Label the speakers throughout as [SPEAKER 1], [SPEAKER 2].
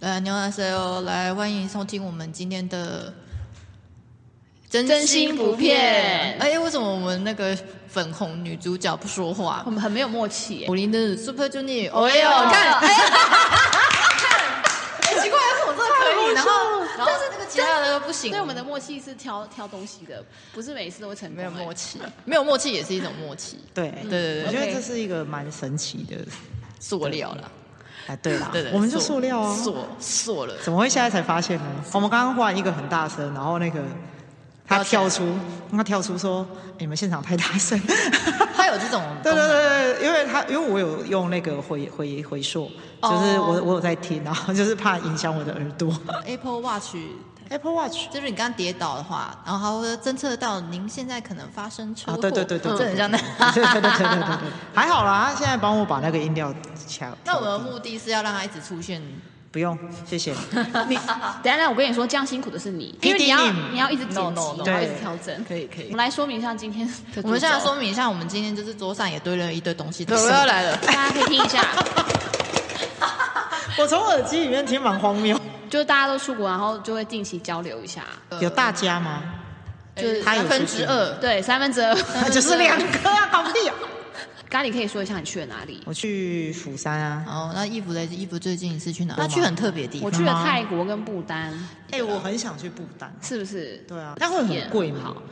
[SPEAKER 1] 来，牛奶 C O，来，欢迎收听我们今天的真
[SPEAKER 2] 真心不骗
[SPEAKER 1] 哎，为什么我们那个粉红女主角不说话
[SPEAKER 2] 我？们很没有默契哦耶。
[SPEAKER 1] 我林的 Super Junior，
[SPEAKER 2] 我也有看
[SPEAKER 1] 哎，哎奇怪，为什么这个可以，然后然后但是那个其他的都不行，
[SPEAKER 2] 所以我们的默契是挑挑东西的，不是每一次都会成功。
[SPEAKER 1] 没有默
[SPEAKER 2] 契，
[SPEAKER 1] 契，没有默契也是一种默契，
[SPEAKER 3] 对
[SPEAKER 1] 对对
[SPEAKER 3] 嗯
[SPEAKER 1] 对
[SPEAKER 3] 我觉
[SPEAKER 1] 对，
[SPEAKER 3] 得
[SPEAKER 2] OK
[SPEAKER 3] 这是一个蛮神奇的。
[SPEAKER 1] 塑料了，
[SPEAKER 3] 哎，对啦，
[SPEAKER 1] 对对，
[SPEAKER 3] 我们就
[SPEAKER 1] 塑
[SPEAKER 3] 塑料啊，
[SPEAKER 1] 塑塑了，
[SPEAKER 3] 怎么会现在才发现呢？我们刚刚换一个很大声，然后那个他跳出，他跳出说：“哎你们现场太大声。”
[SPEAKER 1] 它有这种
[SPEAKER 3] 对
[SPEAKER 1] 功
[SPEAKER 3] 对
[SPEAKER 1] 能
[SPEAKER 3] 对对，因为他因为我有用那个回回回溯，就是
[SPEAKER 1] 哦
[SPEAKER 3] 我我有在听，然后就是怕影响我的耳 朵。
[SPEAKER 1] Apple Watch，
[SPEAKER 3] Apple Watch
[SPEAKER 1] 就是你刚跌倒的话，然后它会侦测到您现在可能发生车
[SPEAKER 3] 啊，
[SPEAKER 1] 祸，
[SPEAKER 3] 对对对对，
[SPEAKER 1] 嗯这很像
[SPEAKER 3] 对
[SPEAKER 1] 那。
[SPEAKER 3] 对对对对对对对，还好啦，他现在帮我把那个音调调。
[SPEAKER 1] 那我们的目的是要让它一直出现，
[SPEAKER 3] 不用，谢谢。
[SPEAKER 2] 你等一下，我跟你说，这样辛苦的是你，因
[SPEAKER 3] 一定
[SPEAKER 2] 为你要
[SPEAKER 3] 你
[SPEAKER 2] 你要一直剪辑
[SPEAKER 1] No, no, no
[SPEAKER 2] 然后一直
[SPEAKER 3] 对
[SPEAKER 2] 调整。
[SPEAKER 1] 以可
[SPEAKER 2] 我们。来说明一下今天的。
[SPEAKER 1] 我们现在说，明一下，我们今天就是桌上也堆了一堆东西，
[SPEAKER 3] 对我要来
[SPEAKER 1] 了。
[SPEAKER 2] 大家可以听一下，
[SPEAKER 3] 我从耳机里面听蛮荒谬。
[SPEAKER 2] 就是大家都出国，然后就会定期交流一下。
[SPEAKER 3] 有大家吗？
[SPEAKER 1] 就是
[SPEAKER 3] 他有
[SPEAKER 1] 三分之二，
[SPEAKER 2] 对，三分之二。
[SPEAKER 3] 就是两个啊，搞 屁啊！
[SPEAKER 2] 咖喱可以说一下你去了哪里？
[SPEAKER 3] 我去釜山啊，
[SPEAKER 1] 然后那衣服的衣服最近是去哪？
[SPEAKER 3] 我吗
[SPEAKER 1] 他去很特别的地
[SPEAKER 2] 我
[SPEAKER 1] 方，
[SPEAKER 2] 去了泰国跟不丹，
[SPEAKER 3] 哎、我很想去不丹。
[SPEAKER 2] 是不是？
[SPEAKER 3] 对啊，但会很贵吗？
[SPEAKER 2] 嗯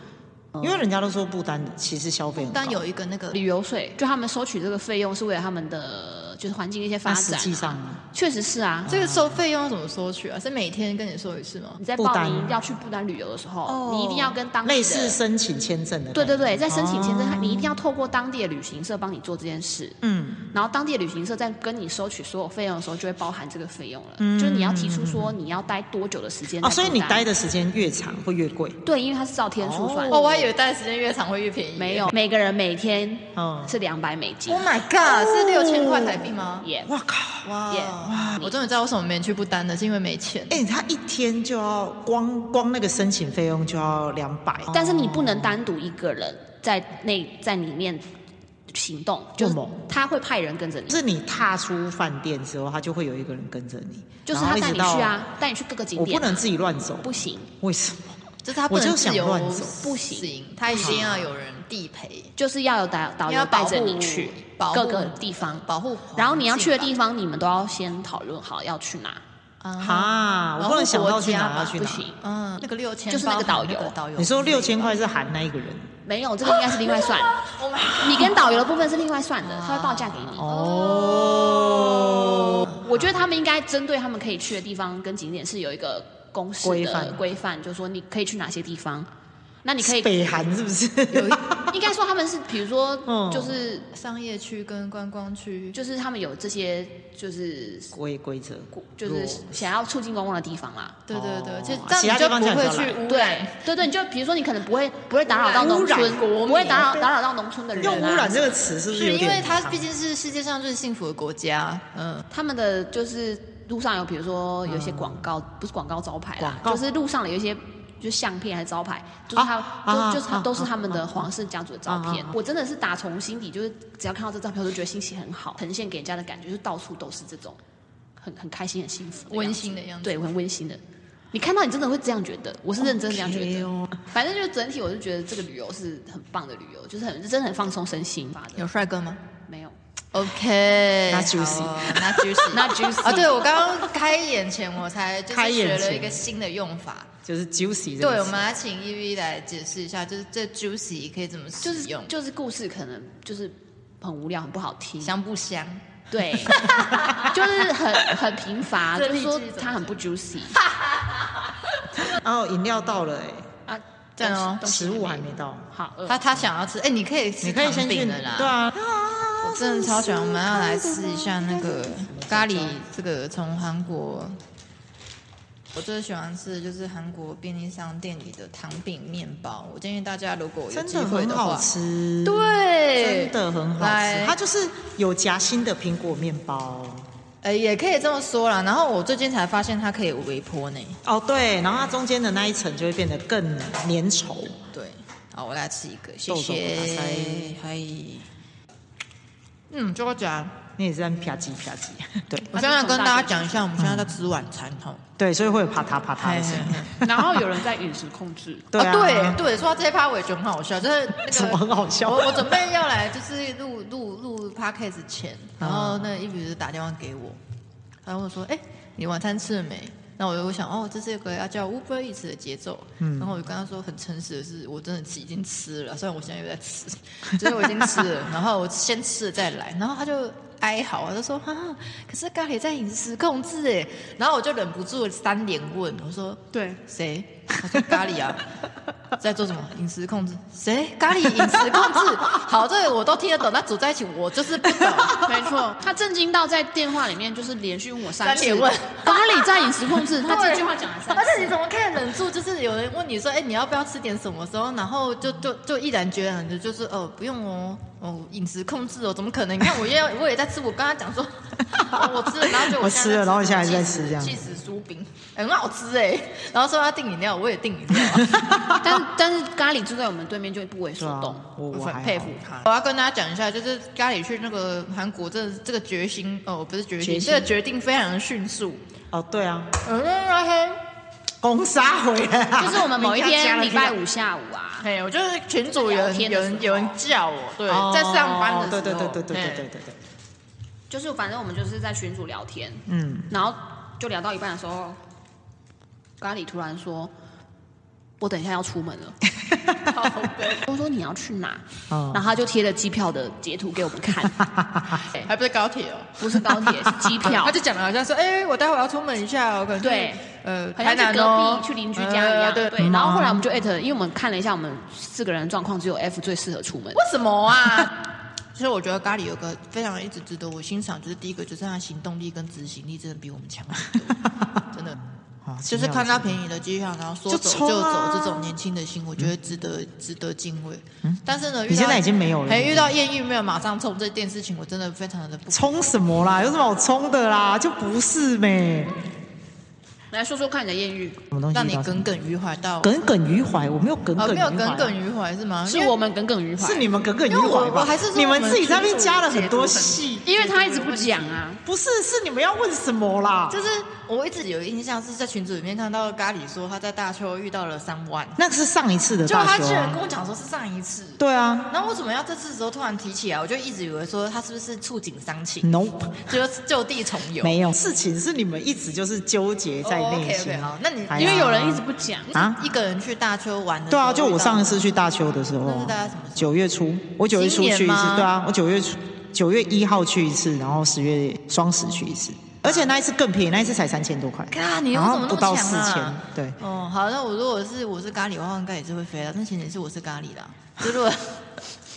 [SPEAKER 3] 因为人家都说不丹其实消费很高，
[SPEAKER 1] 但有一个那个
[SPEAKER 2] 旅游税，就他们收取这个费用是为了他们的就是环境的一些发
[SPEAKER 3] 但
[SPEAKER 2] 展
[SPEAKER 3] 实
[SPEAKER 2] 啊。
[SPEAKER 3] 际嗯上呢
[SPEAKER 2] 确实是啊，
[SPEAKER 1] 这个收费用要怎么收取啊？是每天跟你说一次吗？
[SPEAKER 2] 你在
[SPEAKER 3] 不
[SPEAKER 2] 报
[SPEAKER 3] 丹
[SPEAKER 2] 名要去不丹旅游的时候，
[SPEAKER 1] 哦
[SPEAKER 2] 你一定要跟当地的
[SPEAKER 3] 类似申请签证的。
[SPEAKER 2] 对对，对，在申请签证，
[SPEAKER 3] 哦
[SPEAKER 2] 你一定要透过当地的旅行社帮你做这件事。
[SPEAKER 3] 嗯，
[SPEAKER 2] 然后当地的旅行社在跟你收取所有费用的时候，就会包含这个费用了。就是你要提出说你要待多久的时间在
[SPEAKER 3] 哦，
[SPEAKER 2] 不丹
[SPEAKER 3] 所以你待的时间越长会越贵。
[SPEAKER 2] 对，因为它是照天数算的。
[SPEAKER 1] 哦，我还以为待的时间越长会越便宜。
[SPEAKER 2] 没有，每个人每天
[SPEAKER 3] 嗯
[SPEAKER 2] 是两百美金
[SPEAKER 1] ，Oh。my god，是六千块台币吗？
[SPEAKER 2] 耶，
[SPEAKER 3] 哇靠！
[SPEAKER 1] 哇
[SPEAKER 2] Yeah
[SPEAKER 1] 哇！我终于知道为什么没人去不丹了，是因为没钱。
[SPEAKER 3] 哎、他一天就要光光那个申请费用就要两百，
[SPEAKER 2] 但是你不能单独一个人在内在里面行动，就是
[SPEAKER 3] 为什么
[SPEAKER 2] 他会派人跟着你，
[SPEAKER 3] 是你踏出饭店之后，他就会有一个人跟着你，
[SPEAKER 2] 就是
[SPEAKER 3] 然
[SPEAKER 2] 他
[SPEAKER 3] 后一
[SPEAKER 2] 带
[SPEAKER 3] 直
[SPEAKER 2] 你
[SPEAKER 3] 到
[SPEAKER 2] 去啊，带你去各个景
[SPEAKER 3] 我不
[SPEAKER 2] 点啊、
[SPEAKER 3] 能自己乱走，
[SPEAKER 2] 不行。
[SPEAKER 3] 为什么？
[SPEAKER 1] 就是他不
[SPEAKER 3] 我
[SPEAKER 1] 能
[SPEAKER 3] 就想
[SPEAKER 1] 自由
[SPEAKER 3] 乱走
[SPEAKER 2] 不
[SPEAKER 1] 行
[SPEAKER 2] 行，
[SPEAKER 1] 他一定要有人地陪，
[SPEAKER 2] 就是要有导导
[SPEAKER 1] 要
[SPEAKER 2] 游
[SPEAKER 1] 保
[SPEAKER 2] 带
[SPEAKER 1] 护
[SPEAKER 2] 着你去
[SPEAKER 1] 保护
[SPEAKER 2] 各个地方，
[SPEAKER 1] 保护。
[SPEAKER 2] 然后你要去的地方，你们都要先讨论好要去哪，
[SPEAKER 1] 方
[SPEAKER 3] 哈，我不能想到去
[SPEAKER 1] 啊然
[SPEAKER 3] 哪
[SPEAKER 1] 后国家
[SPEAKER 3] 要
[SPEAKER 1] 吧
[SPEAKER 3] 去
[SPEAKER 2] 不
[SPEAKER 3] 哪。
[SPEAKER 2] 行，
[SPEAKER 1] 嗯，那个六千
[SPEAKER 2] 就是那个导游
[SPEAKER 1] 导游。
[SPEAKER 3] 你说六千块是含那一个人
[SPEAKER 2] 没有这个应该是另外 算，你跟导游的部分是另外算
[SPEAKER 3] 啊
[SPEAKER 2] 的，他会报价给你。
[SPEAKER 3] 哦，
[SPEAKER 2] 我觉得他们应该针对他们可以去的地方跟景点是有一个公式
[SPEAKER 3] 规
[SPEAKER 2] 的
[SPEAKER 3] 范
[SPEAKER 2] 规范，就是说你可以去哪些地方，那你可以
[SPEAKER 3] 北韩是不是？
[SPEAKER 2] 有一应该说他们是比如说
[SPEAKER 3] 嗯
[SPEAKER 2] 就是
[SPEAKER 1] 商业区跟观光区，
[SPEAKER 2] 就是他们有这些就是
[SPEAKER 3] 规规则
[SPEAKER 2] 就是想要促进观光的地方啦。
[SPEAKER 1] 对对对，
[SPEAKER 3] 哦
[SPEAKER 1] 就这
[SPEAKER 3] 其
[SPEAKER 1] 样
[SPEAKER 3] 他
[SPEAKER 1] 你就
[SPEAKER 3] 地方
[SPEAKER 1] 不
[SPEAKER 3] 就
[SPEAKER 1] 会
[SPEAKER 3] 很少
[SPEAKER 1] 去
[SPEAKER 3] 来
[SPEAKER 1] 污
[SPEAKER 2] 对
[SPEAKER 1] 染。
[SPEAKER 2] 对对，你就比如说你可能不会不会打扰到农
[SPEAKER 3] 污
[SPEAKER 2] 村
[SPEAKER 3] 染，
[SPEAKER 2] 不会打扰打扰到农村的人、啊。
[SPEAKER 3] 用污染这个词是不是
[SPEAKER 1] 是
[SPEAKER 3] 有
[SPEAKER 1] 因
[SPEAKER 3] 点
[SPEAKER 1] 为它
[SPEAKER 3] 长
[SPEAKER 1] 毕竟是世界上最幸福的国家，嗯，
[SPEAKER 2] 他们的就是路上有，比如说有一些广告，不是广告招牌啦
[SPEAKER 3] 嗯广，告
[SPEAKER 2] 就是路上有一些。就相片还是招牌，就是他，
[SPEAKER 3] 啊
[SPEAKER 2] 就就是他
[SPEAKER 3] 啊
[SPEAKER 2] 都是他们的皇室家族的照片
[SPEAKER 3] 啊啊。
[SPEAKER 2] 我真的是打从心底，就是只要看到这照片，我就觉得心情很好，呈现给人家的感觉就是到处都是这种很很开心、很幸福、
[SPEAKER 1] 温馨的样子
[SPEAKER 2] 对，很温馨的。你看到你真的会这样觉得，我是认真这样觉得。
[SPEAKER 3] OK 哦
[SPEAKER 2] 反正就整体，我就觉得这个旅游是很棒的旅游，就是很真的很放松身心吧的。
[SPEAKER 1] 有帅哥吗
[SPEAKER 2] 没有？
[SPEAKER 1] ？OK，
[SPEAKER 3] Not juicy
[SPEAKER 1] 好哦，Not juicy，
[SPEAKER 2] Not juicy
[SPEAKER 1] 啊！对，我刚刚开演前我才就
[SPEAKER 3] 开
[SPEAKER 1] 是学
[SPEAKER 3] 演前
[SPEAKER 1] 了一个新的用法，
[SPEAKER 3] 就是 juicy 这
[SPEAKER 1] 对，
[SPEAKER 3] 个
[SPEAKER 1] 我
[SPEAKER 3] 词
[SPEAKER 1] 们来请 E V 来解释一下，就是这 juicy 可以怎么
[SPEAKER 2] 就
[SPEAKER 1] 使
[SPEAKER 2] 是
[SPEAKER 1] 用，
[SPEAKER 2] 就是故事可能就是很无聊，很不好听。
[SPEAKER 1] 香不香？
[SPEAKER 2] 对，就是很很贫 乏，
[SPEAKER 1] 这
[SPEAKER 2] 就是
[SPEAKER 1] 例句
[SPEAKER 2] 说
[SPEAKER 1] 怎么
[SPEAKER 2] 它很不 juicy
[SPEAKER 3] 哦，饮料到了哎，
[SPEAKER 2] 啊。
[SPEAKER 1] 这样哦
[SPEAKER 2] 东西
[SPEAKER 3] 食物还没到，
[SPEAKER 2] 好饿，
[SPEAKER 1] 他他想要吃，哎，你可以吃
[SPEAKER 3] 你可以
[SPEAKER 1] 糖
[SPEAKER 3] 先去
[SPEAKER 1] 饼的啦，
[SPEAKER 3] 对啊，
[SPEAKER 1] 我真的超喜欢，我们要来试一下那个咖喱，这个从韩国。我最喜欢吃的就是韩国便利商店里的糖饼面包。我建议大家如果有
[SPEAKER 3] 真
[SPEAKER 1] 机
[SPEAKER 3] 的
[SPEAKER 1] 会
[SPEAKER 3] 很
[SPEAKER 1] 话
[SPEAKER 3] 好，吃，
[SPEAKER 1] 对，
[SPEAKER 3] 真的很好
[SPEAKER 1] 来
[SPEAKER 3] 吃，它就是有夹心的苹果面包。
[SPEAKER 1] 呃也可以这么说啦。然后我最近才发现它可以微波呢。
[SPEAKER 3] 哦，对，然后它中间的那一层就会变得更粘稠。
[SPEAKER 1] 对，好，我来吃一个，谢
[SPEAKER 3] 豆豆
[SPEAKER 1] 谢
[SPEAKER 3] 打开。
[SPEAKER 1] 嗨，嗯，这个夹
[SPEAKER 3] 你也是在啪叽 啪叽，对
[SPEAKER 1] 我现在跟大家讲一下，我们现在在吃晚餐吼。
[SPEAKER 3] 对，所以会有啪嗒啪嗒的声音。
[SPEAKER 2] 然后有人在饮食控制，
[SPEAKER 3] 对
[SPEAKER 1] 哦
[SPEAKER 3] 啊，
[SPEAKER 1] 对对，说到这一趴我也觉得很好笑，就是那个
[SPEAKER 3] 什么很好笑
[SPEAKER 1] 我我准备要来就是录录录 podcast 前，然后那一比就打电话给我，然后我说：“哎、你晚餐吃了没？”那我就想，哦，这是一个要叫 Uber Eats 的节奏。
[SPEAKER 3] 嗯
[SPEAKER 1] 然后我就跟他说，很诚实的是，我真的已经吃了，虽然我现在又在吃，就是我已经吃了，然后我先吃了再来。然后他就哀嚎，他就说：“哈、可是咖喱在饮食控制哎。”然后我就忍不住三连问，我说：“
[SPEAKER 2] 对，
[SPEAKER 1] 谁？他说咖喱啊，在做什么？饮食控制？谁？咖喱饮食控制？好，这个我都听得懂，那组在一起我就是不懂。
[SPEAKER 2] 没错， 他震惊到在电话里面就是连续问我三
[SPEAKER 1] 三
[SPEAKER 2] 次
[SPEAKER 1] 连问，
[SPEAKER 2] 咖喱在饮食控制， 他这句话讲了三
[SPEAKER 1] 而且你
[SPEAKER 2] 次，
[SPEAKER 1] 怎么可以忍住？就是有人问你说，哎、你要不要吃点什么时候？然后就就就毅然决然的，就是哦，不用哦，哦，饮食控制哦，怎么可能？你看我也我也在吃，我跟他讲说、哦我吃了，然后就
[SPEAKER 3] 我吃了然后你现在还在吃这样
[SPEAKER 1] 气死酥饼，哎很好吃哎。然后说要订饮料，我也订饮料、啊。
[SPEAKER 2] 但但是咖喱就在我们对面就不为
[SPEAKER 3] 是
[SPEAKER 2] 所
[SPEAKER 3] 啊
[SPEAKER 2] 动。，
[SPEAKER 3] 我
[SPEAKER 1] 我
[SPEAKER 3] 我还
[SPEAKER 1] 很
[SPEAKER 3] 好
[SPEAKER 1] 佩服他。我要跟大家讲一下，就是咖喱去那个韩国这这个决心哦，不是决心，
[SPEAKER 2] 决心
[SPEAKER 1] 这个决定非常的迅速。
[SPEAKER 3] 哦，对啊，
[SPEAKER 1] 嗯，然后
[SPEAKER 3] 攻杀回来啊，
[SPEAKER 2] 就是我们某一
[SPEAKER 3] 人家加
[SPEAKER 2] 天
[SPEAKER 3] 了
[SPEAKER 2] 礼拜
[SPEAKER 3] 这个
[SPEAKER 2] 五下午啊，
[SPEAKER 1] 嘿，我就是群主有
[SPEAKER 2] 聊
[SPEAKER 1] 人
[SPEAKER 2] 天
[SPEAKER 1] 有
[SPEAKER 2] 的时候
[SPEAKER 1] 人有人叫我，对，
[SPEAKER 3] 哦
[SPEAKER 1] 在上班的时候，
[SPEAKER 3] 对对对对对对
[SPEAKER 1] 嘿
[SPEAKER 3] 对对对，
[SPEAKER 2] 就是反正我们就是在群组聊天，
[SPEAKER 3] 嗯，
[SPEAKER 2] 然后就聊到一半的时候，咖喱突然说：“我等一下要出门 了。”我说：“你要去哪？”
[SPEAKER 3] 哦
[SPEAKER 2] 然后他就贴了机票的截图给我们 看，对
[SPEAKER 1] 还不是高铁哦。
[SPEAKER 2] 不是高铁，是机票
[SPEAKER 1] 他。就讲了，好像说，哎、我待会儿要出门一下哦，可能去
[SPEAKER 2] 对，
[SPEAKER 1] 呃，台
[SPEAKER 2] 好像去
[SPEAKER 1] 南
[SPEAKER 2] 隔
[SPEAKER 1] 哦，
[SPEAKER 2] 壁去邻居家一样，
[SPEAKER 3] 哦
[SPEAKER 1] 呃对，
[SPEAKER 2] 对。然后后来我们就艾
[SPEAKER 3] 嗯
[SPEAKER 2] 特，因为我们看了一下我们四个人的状况，只有 F 最适合出门
[SPEAKER 1] 为。什么啊？其实我觉得咖喱有个非常一直值得我欣赏，就是第一个就是他行动力跟执行力真的比我们强很多， 真的。
[SPEAKER 3] 好
[SPEAKER 1] 就是看到便宜的机票，然后说
[SPEAKER 3] 就
[SPEAKER 1] 走
[SPEAKER 3] 冲
[SPEAKER 1] 就走
[SPEAKER 3] 啊嗯
[SPEAKER 1] 这种年轻的心，我觉得值得值得敬畏。但是呢，遇
[SPEAKER 3] 你
[SPEAKER 1] 到
[SPEAKER 3] 现在已经没有了
[SPEAKER 1] 还遇到艳遇没有马上冲这件事情，我真的非常的不。
[SPEAKER 3] 冲什么啦？有什么好冲的啦？就不是呗，
[SPEAKER 2] 来说说看你的艳遇，
[SPEAKER 3] 什么东西
[SPEAKER 1] 让你
[SPEAKER 3] 到什么
[SPEAKER 1] 耿耿于怀到
[SPEAKER 3] 耿耿于怀，我没有耿
[SPEAKER 1] 哦，
[SPEAKER 3] 耿于
[SPEAKER 1] 没
[SPEAKER 3] 怀啊，
[SPEAKER 1] 有耿耿于怀是吗？
[SPEAKER 2] 是
[SPEAKER 1] 因为
[SPEAKER 2] 我们耿耿于怀，
[SPEAKER 3] 是你们耿耿于
[SPEAKER 1] 因为
[SPEAKER 3] 怀
[SPEAKER 1] 我
[SPEAKER 3] 吧？
[SPEAKER 1] 我还是说
[SPEAKER 3] 你
[SPEAKER 1] 我
[SPEAKER 3] 们
[SPEAKER 1] 们
[SPEAKER 3] 自己在那边
[SPEAKER 1] 群主
[SPEAKER 3] 加了
[SPEAKER 1] 解
[SPEAKER 3] 很
[SPEAKER 1] 读
[SPEAKER 3] 多
[SPEAKER 1] 很
[SPEAKER 3] 戏，
[SPEAKER 2] 因为他一直不讲啊。
[SPEAKER 3] 不是是你们要问什么啦？
[SPEAKER 1] 就是我一直有印象是在群组里面看到咖喱说他在大邱遇到了三万，
[SPEAKER 3] 那是上一次的
[SPEAKER 1] 就
[SPEAKER 3] 大
[SPEAKER 1] 他
[SPEAKER 3] 修
[SPEAKER 1] 居然
[SPEAKER 3] 啊
[SPEAKER 1] 跟，我讲说是上一次。
[SPEAKER 3] 对啊
[SPEAKER 1] 然后为什么要这次的时候突然提起来？我就一直以为说他是不是触景伤情，
[SPEAKER 3] ，nope，
[SPEAKER 1] 就是就地重游。
[SPEAKER 3] 嗯没有事情是你们一直就是纠结在内
[SPEAKER 1] o k
[SPEAKER 3] 心
[SPEAKER 1] o k 好，那你
[SPEAKER 3] 哎呀
[SPEAKER 2] 因为有人一直不讲，
[SPEAKER 3] 啊。
[SPEAKER 1] 一个人去大邱玩的时
[SPEAKER 3] 对
[SPEAKER 1] 候遇到，
[SPEAKER 3] 啊，就我上一次去大邱的时候
[SPEAKER 1] 那是大概什么时候
[SPEAKER 3] 啊，九月初，我九月初
[SPEAKER 1] 今年
[SPEAKER 3] 去一次
[SPEAKER 1] 吗，
[SPEAKER 3] 对啊，我九月初九月一号去一次，然后十月双十去一次，而且那一次更便宜，那一次才三千多块，
[SPEAKER 1] 啊，你又
[SPEAKER 3] 然
[SPEAKER 1] 怎
[SPEAKER 3] 后
[SPEAKER 1] 么
[SPEAKER 3] 不
[SPEAKER 1] 那么
[SPEAKER 3] 到
[SPEAKER 1] 强
[SPEAKER 3] 四千
[SPEAKER 1] 啊？，
[SPEAKER 3] 对，
[SPEAKER 1] 哦，好，那我如果是我是咖喱的话，应该也是会飞的，但前提是我是咖喱啦。就如果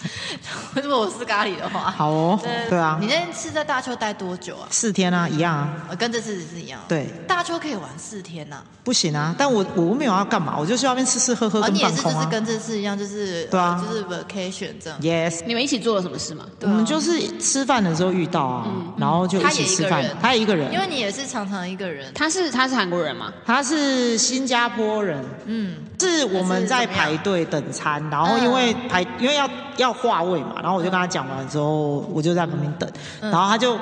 [SPEAKER 1] 如果我是咖喱的话，
[SPEAKER 3] 好哦
[SPEAKER 1] 对，
[SPEAKER 3] 对啊
[SPEAKER 1] 你，那次在大邱待多久啊？
[SPEAKER 3] 四天啊，一样啊，
[SPEAKER 1] 呃跟这次是一样。，
[SPEAKER 3] 对，
[SPEAKER 1] 大邱可以玩四天呐、
[SPEAKER 3] 不行啊，但我我没有要干嘛，我就去外面吃吃喝喝
[SPEAKER 1] 而
[SPEAKER 3] 跟
[SPEAKER 1] 哦你也
[SPEAKER 3] 放
[SPEAKER 1] 是就
[SPEAKER 3] 空
[SPEAKER 1] 是
[SPEAKER 3] 啊
[SPEAKER 1] 跟这次一样，就是
[SPEAKER 3] 对啊
[SPEAKER 1] 呃就是 vacation 这样。
[SPEAKER 3] ，yes。
[SPEAKER 2] 你们一起做了什么事吗？
[SPEAKER 1] 对
[SPEAKER 3] 我
[SPEAKER 1] 啊
[SPEAKER 3] 们就是吃饭的时候遇到啊，然后就一
[SPEAKER 1] 他
[SPEAKER 3] 起
[SPEAKER 1] 也一
[SPEAKER 3] 吃
[SPEAKER 1] 个
[SPEAKER 3] 饭
[SPEAKER 1] 人。
[SPEAKER 3] 他也一个人，
[SPEAKER 1] 因为你也是常常一个人，
[SPEAKER 2] 他是他是韩国人吗？
[SPEAKER 3] 他是新加坡人，
[SPEAKER 1] 嗯，
[SPEAKER 3] 是我们在排队等餐，然后因为排因为要要话位嘛，然后我就跟他讲完之后，我就在旁边等，然后他就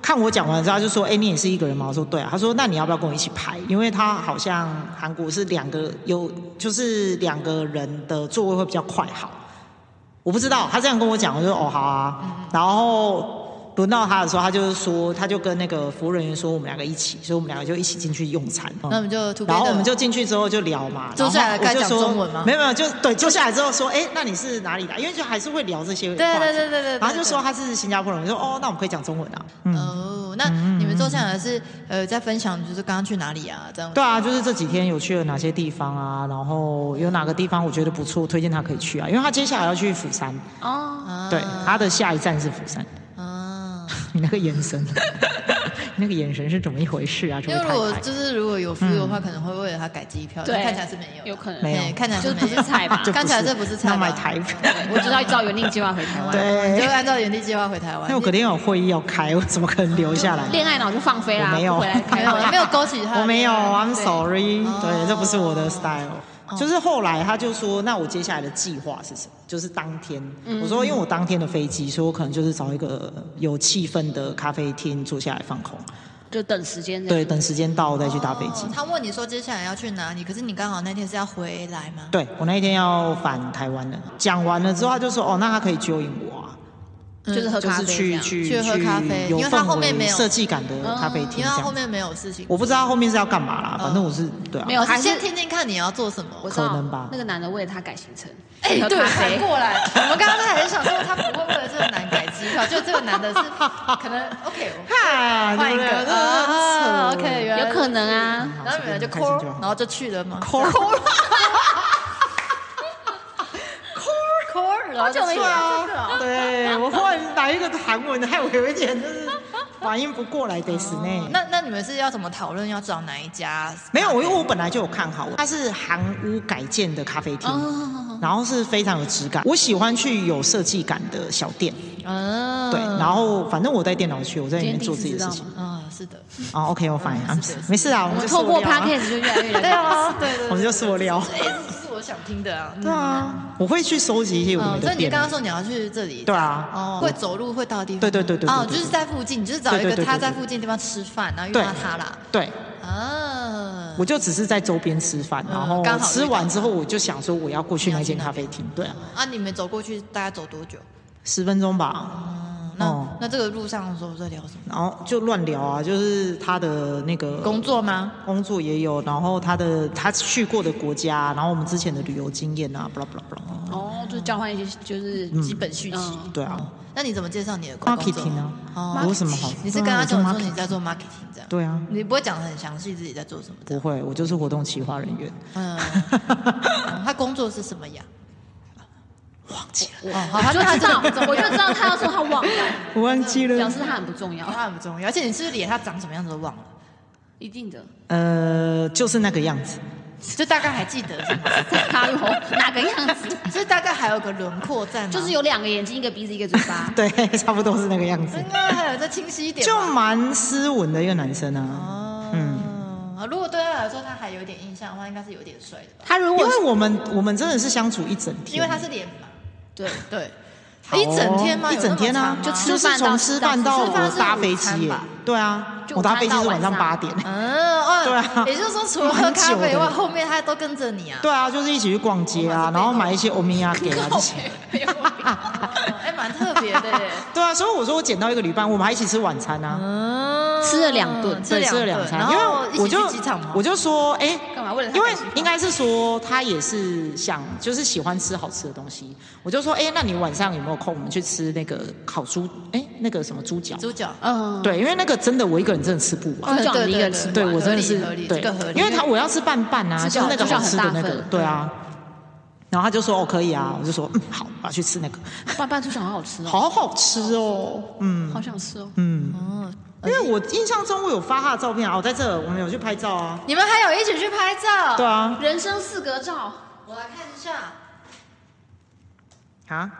[SPEAKER 3] 看我讲完之后，他就说：“哎、你也是一个人吗？”我说：“对啊。”他说：“那你要不要跟我一起排？因为他好像韩国是两个有就是两个人的座位会比较快好。”我不知道，他这样跟我讲，我就说：“哦，好啊。
[SPEAKER 1] 嗯
[SPEAKER 3] 然后。轮到他的时候，他就是说，他就跟那个服务人员说，我们两个一起，所以我们两个就一起进去用餐。嗯
[SPEAKER 1] 那我们就 together
[SPEAKER 3] 然后我们就进去之后就聊嘛，
[SPEAKER 1] 坐下来
[SPEAKER 3] 然后我就
[SPEAKER 1] 该讲
[SPEAKER 3] 说
[SPEAKER 1] 中文吗
[SPEAKER 3] 没有没有，就对，坐下来之后说，哎，那你是哪里的？因为就还是会聊这些话题。
[SPEAKER 1] 对对对对对
[SPEAKER 3] 然后就
[SPEAKER 1] 对
[SPEAKER 3] 说他是新加坡人，我就说哦，那我们可以讲中文啊。嗯，
[SPEAKER 1] 哦，那你们坐下来是呃在分享，就是刚刚去哪里啊？这样
[SPEAKER 3] 对啊，就是这几天有去了哪些地方啊，然后有哪个地方我觉得不错，推荐他可以去啊，因为他接下来要去釜山，
[SPEAKER 2] 哦，
[SPEAKER 1] 啊
[SPEAKER 3] 对，他的下一站是釜山。
[SPEAKER 1] 啊，
[SPEAKER 3] 你那个眼神，你那个眼神是怎么一回事啊？这
[SPEAKER 1] 因
[SPEAKER 3] 位
[SPEAKER 1] 为
[SPEAKER 3] 太
[SPEAKER 1] 如果
[SPEAKER 3] 太。
[SPEAKER 1] 就是如果有 feel 的话，可能会为了他改机票，
[SPEAKER 2] 对，
[SPEAKER 1] 看起来是没有，
[SPEAKER 2] 有可能
[SPEAKER 3] 没有
[SPEAKER 1] 对看起来
[SPEAKER 2] 就是
[SPEAKER 1] 没
[SPEAKER 2] 不
[SPEAKER 1] 有
[SPEAKER 2] 是菜吧
[SPEAKER 3] 就？
[SPEAKER 1] 看起来这不是菜吧
[SPEAKER 3] 那买台北，
[SPEAKER 2] 我知道照原定计划回台湾，
[SPEAKER 1] 你就
[SPEAKER 3] 对，
[SPEAKER 1] 按照原地计划回台湾。
[SPEAKER 3] 那我肯定有会议要开，我怎么可能留下来？
[SPEAKER 2] 恋爱脑就放飞啦，
[SPEAKER 3] 我没有
[SPEAKER 2] 不回 来
[SPEAKER 1] 没
[SPEAKER 2] 开
[SPEAKER 1] 有
[SPEAKER 2] 会
[SPEAKER 1] 没有勾起他的
[SPEAKER 3] 我没有
[SPEAKER 1] 恋爱
[SPEAKER 3] ，I'm sorry，
[SPEAKER 1] 啊哦
[SPEAKER 3] 对，这不是我的 style。
[SPEAKER 1] 哦
[SPEAKER 3] 就是后来他就说，那我接下来的计划是什么？就是当天，
[SPEAKER 1] 嗯
[SPEAKER 3] 我说因为我当天的飞机，所以我可能就是找一个有气氛的咖啡厅坐下来放空，
[SPEAKER 2] 就等时间这样
[SPEAKER 3] 对，等时间到再去搭飞机
[SPEAKER 1] 嗯哦。他问你说接下来要去哪里，可是你刚好那天是要回来吗？
[SPEAKER 3] 对我那一天要返台湾了，讲完了之后他就说，哦，那他可以揪引我啊，
[SPEAKER 1] 嗯
[SPEAKER 2] 就是喝
[SPEAKER 3] 就
[SPEAKER 2] 咖
[SPEAKER 3] 是
[SPEAKER 2] 啡这
[SPEAKER 3] 去
[SPEAKER 2] 样
[SPEAKER 3] 去
[SPEAKER 1] 去喝咖啡
[SPEAKER 3] 有
[SPEAKER 1] 因为他后
[SPEAKER 3] 氛围
[SPEAKER 1] 面没有
[SPEAKER 3] 设计感的咖啡
[SPEAKER 1] 因
[SPEAKER 3] 厅
[SPEAKER 1] 为
[SPEAKER 3] 这
[SPEAKER 1] 他后
[SPEAKER 3] 样。
[SPEAKER 1] 面没有事情，
[SPEAKER 3] 我不知道他后面是要干嘛啦，反正我是对啊，
[SPEAKER 2] 没有
[SPEAKER 1] 我是
[SPEAKER 2] 还是
[SPEAKER 1] 先听听看你要做什么。
[SPEAKER 2] 我知道
[SPEAKER 3] 可能吧
[SPEAKER 2] 那个男的为了他改行程，
[SPEAKER 1] 哎、
[SPEAKER 2] 喝
[SPEAKER 1] 对，
[SPEAKER 2] 咖
[SPEAKER 1] 反
[SPEAKER 2] 啡
[SPEAKER 1] 过来，我们刚刚在很想说他不会为了这个男改机票，就这个男的是可能 OK，
[SPEAKER 3] 看
[SPEAKER 1] 换一个啊，OK，原来
[SPEAKER 2] 有可能啊，
[SPEAKER 1] 然后女的就
[SPEAKER 3] 开心
[SPEAKER 1] 抠，
[SPEAKER 3] 就好
[SPEAKER 1] 然后就去了嘛，
[SPEAKER 3] 抠抠
[SPEAKER 1] 抠，然后就去了。
[SPEAKER 3] 啊！对我忽然来一个韩文，害我有一点就是反应不过来得死呢。
[SPEAKER 1] 哦那那你们是要怎么讨论要找哪一家？
[SPEAKER 3] 没有，我因为我本来就有看好，它是韩屋改建的咖啡厅，
[SPEAKER 2] 哦
[SPEAKER 1] 啊
[SPEAKER 3] 然后是非常有质感。我喜欢去有设计感的小店，
[SPEAKER 1] 嗯，
[SPEAKER 3] 对。然后反正我带电脑去，我在里面做自己的事
[SPEAKER 2] 今
[SPEAKER 3] 情
[SPEAKER 2] 天第一次知道。
[SPEAKER 1] 嗯，是的，
[SPEAKER 3] 哦，OK，我 fine，I'm
[SPEAKER 1] 是的是
[SPEAKER 3] sorry，没事啊，我
[SPEAKER 2] 我
[SPEAKER 3] 们
[SPEAKER 2] 们
[SPEAKER 3] 就是我
[SPEAKER 2] 透过
[SPEAKER 3] 料啊
[SPEAKER 2] podcast 就越来越了
[SPEAKER 1] 对
[SPEAKER 2] 解。
[SPEAKER 1] 啊，对对，
[SPEAKER 3] 我们就私我聊
[SPEAKER 1] 哎，这就是我想听的啊。
[SPEAKER 3] 对啊，我会去收集一些有的没
[SPEAKER 1] 嗯，所
[SPEAKER 3] 的
[SPEAKER 1] 以你
[SPEAKER 3] 店。
[SPEAKER 1] 刚刚说你要去这里，
[SPEAKER 3] 对啊，
[SPEAKER 1] 哦，会走路会到的地方，
[SPEAKER 3] 对对对对对
[SPEAKER 1] 哦，
[SPEAKER 3] 对对
[SPEAKER 1] 就是在附近，你就是找一个
[SPEAKER 3] 对对对对
[SPEAKER 1] 他在附近的地方吃饭，然后遇
[SPEAKER 3] 对
[SPEAKER 1] 到他啦，
[SPEAKER 3] 对，
[SPEAKER 1] 啊，
[SPEAKER 3] 我就只是在周边吃饭，然后
[SPEAKER 1] 嗯刚好遇到
[SPEAKER 3] 吃完之后我就想说我要过去那间咖啡厅，对啊，
[SPEAKER 1] 啊，你们走过去大概走多久？
[SPEAKER 3] 十分钟吧，
[SPEAKER 1] 嗯，那、
[SPEAKER 3] 哦
[SPEAKER 1] 那这个路上的时候在聊什么？
[SPEAKER 3] 然后就乱聊啊，就是他的那个
[SPEAKER 1] 工作吗？
[SPEAKER 3] 工作也有，然后他的他去过的国家，然后我们之前的旅游经验啊，巴拉巴拉巴拉，
[SPEAKER 2] 哦，就交换一些就是
[SPEAKER 1] 基本续集。
[SPEAKER 2] 嗯
[SPEAKER 3] 对啊
[SPEAKER 1] 那你怎么介绍你的工作
[SPEAKER 3] marketing 啊，
[SPEAKER 1] 哦
[SPEAKER 3] 我有什么好？
[SPEAKER 1] 你是跟他
[SPEAKER 3] 对啊
[SPEAKER 1] 讲
[SPEAKER 3] 我
[SPEAKER 1] 说
[SPEAKER 3] 就 marketing
[SPEAKER 1] 你在做 marketing 这样？
[SPEAKER 3] 对啊，
[SPEAKER 1] 你不会讲的很详细自己在做什么这
[SPEAKER 3] 不
[SPEAKER 1] 样？
[SPEAKER 3] 会，我就是活动企划人员，
[SPEAKER 1] 嗯， 嗯他工作是什么呀？
[SPEAKER 3] 忘记了，
[SPEAKER 1] 哦，好，他
[SPEAKER 2] 我就
[SPEAKER 1] 他
[SPEAKER 2] 知
[SPEAKER 1] 这个
[SPEAKER 2] 道
[SPEAKER 1] 不重，要
[SPEAKER 2] 我就知道他要说他忘 了，
[SPEAKER 3] 我忘记
[SPEAKER 2] 表
[SPEAKER 3] 了，
[SPEAKER 2] 示他很不重要，
[SPEAKER 1] 他很不重要，而且你是不是连他长什么样子都忘了，
[SPEAKER 2] 一定的。
[SPEAKER 3] 呃，就是那个样子，
[SPEAKER 1] 就大概还记得是吗？
[SPEAKER 2] 他有哪个样 子？
[SPEAKER 3] 嗯。
[SPEAKER 1] 就是大概还有个轮廓在吗？
[SPEAKER 2] 就 是有两个眼睛，一个鼻子，一个嘴巴
[SPEAKER 3] 对， 差不多是那个样子
[SPEAKER 1] 应，该还嗯有再清晰一点
[SPEAKER 3] 就
[SPEAKER 1] 吧。
[SPEAKER 3] 蛮斯文的一个男生啊。
[SPEAKER 1] 哦，
[SPEAKER 3] 嗯
[SPEAKER 1] 如果对他来说他还有点印象的话，应该是有点帅的吧，
[SPEAKER 2] 他如
[SPEAKER 3] 因
[SPEAKER 2] 果
[SPEAKER 3] 为我们我们真的是相处一整天，
[SPEAKER 1] 因为他是脸嘛。
[SPEAKER 2] 对，
[SPEAKER 1] 对，
[SPEAKER 3] 好哦
[SPEAKER 1] 一整天吗？
[SPEAKER 3] 一整天啊，
[SPEAKER 1] 就
[SPEAKER 2] 就
[SPEAKER 1] 吃
[SPEAKER 2] 吃。
[SPEAKER 3] 是
[SPEAKER 2] 饭
[SPEAKER 3] 从
[SPEAKER 2] 到
[SPEAKER 3] 吃饭到
[SPEAKER 1] 吃饭
[SPEAKER 3] 我
[SPEAKER 1] 是
[SPEAKER 3] 搭
[SPEAKER 1] 午
[SPEAKER 3] 飞
[SPEAKER 1] 餐
[SPEAKER 3] 机耶
[SPEAKER 1] 吧，
[SPEAKER 3] 对啊，
[SPEAKER 2] 就
[SPEAKER 3] 我搭
[SPEAKER 2] 午餐
[SPEAKER 3] 飞机
[SPEAKER 2] 到
[SPEAKER 3] 是晚
[SPEAKER 2] 晚
[SPEAKER 3] 上
[SPEAKER 2] 上
[SPEAKER 3] 八点 耶，
[SPEAKER 1] 嗯哦，
[SPEAKER 3] 对啊
[SPEAKER 1] 也就是说，除了喝咖啡以外，
[SPEAKER 3] 蛮久的
[SPEAKER 1] 后面他都跟着你啊。
[SPEAKER 3] 对啊，就是一起去逛街啊，然后买一些欧米亚给 啊这些，
[SPEAKER 1] 哦哎，蛮特别的 耶。
[SPEAKER 3] 对啊，所以我说我捡到一个旅伴，我们还一起吃晚餐啊，
[SPEAKER 1] 嗯，
[SPEAKER 2] 吃了两顿
[SPEAKER 1] 吃
[SPEAKER 3] 对，吃了两
[SPEAKER 1] 顿
[SPEAKER 3] 餐
[SPEAKER 1] 然，
[SPEAKER 3] 因
[SPEAKER 1] 后
[SPEAKER 3] 为我就
[SPEAKER 1] 一起去机场吗？
[SPEAKER 3] 我就说，哎，
[SPEAKER 2] 干嘛为了他
[SPEAKER 3] 因为
[SPEAKER 2] 改行程
[SPEAKER 3] 应该是说他也是想，就是喜欢吃好吃的东西。我就说，哎、那你晚上有没有空？我们去吃那个烤猪，哎、那个什么猪脚。
[SPEAKER 1] 猪脚，
[SPEAKER 2] 嗯，
[SPEAKER 3] 对，因为那个真的我一个人真的吃不完。
[SPEAKER 2] 猪脚
[SPEAKER 1] 对
[SPEAKER 2] 你一个人吃
[SPEAKER 1] 对
[SPEAKER 2] 完
[SPEAKER 3] 对我真的是
[SPEAKER 1] 合理，
[SPEAKER 3] 对
[SPEAKER 1] 这个合，理，
[SPEAKER 3] 因为他我要吃拌拌啊，
[SPEAKER 2] 猪脚
[SPEAKER 3] 就是那个
[SPEAKER 2] 猪脚
[SPEAKER 3] 好吃的
[SPEAKER 2] 很大
[SPEAKER 3] 那个
[SPEAKER 2] 份，
[SPEAKER 3] 对啊。然后他就说哦可以啊，我就说嗯好，我要去吃那个，
[SPEAKER 2] 拌拌猪脚好好吃哦，
[SPEAKER 3] 好好吃哦，嗯
[SPEAKER 2] 好想吃哦。
[SPEAKER 3] 嗯，
[SPEAKER 1] 嗯，
[SPEAKER 3] 因为我印象中我有发他的照片啊，我在这我们有去拍照啊，
[SPEAKER 1] 你们还有一起去拍照？
[SPEAKER 3] 对，啊
[SPEAKER 2] 人生四格照，
[SPEAKER 1] 我来看一下。
[SPEAKER 3] 啊，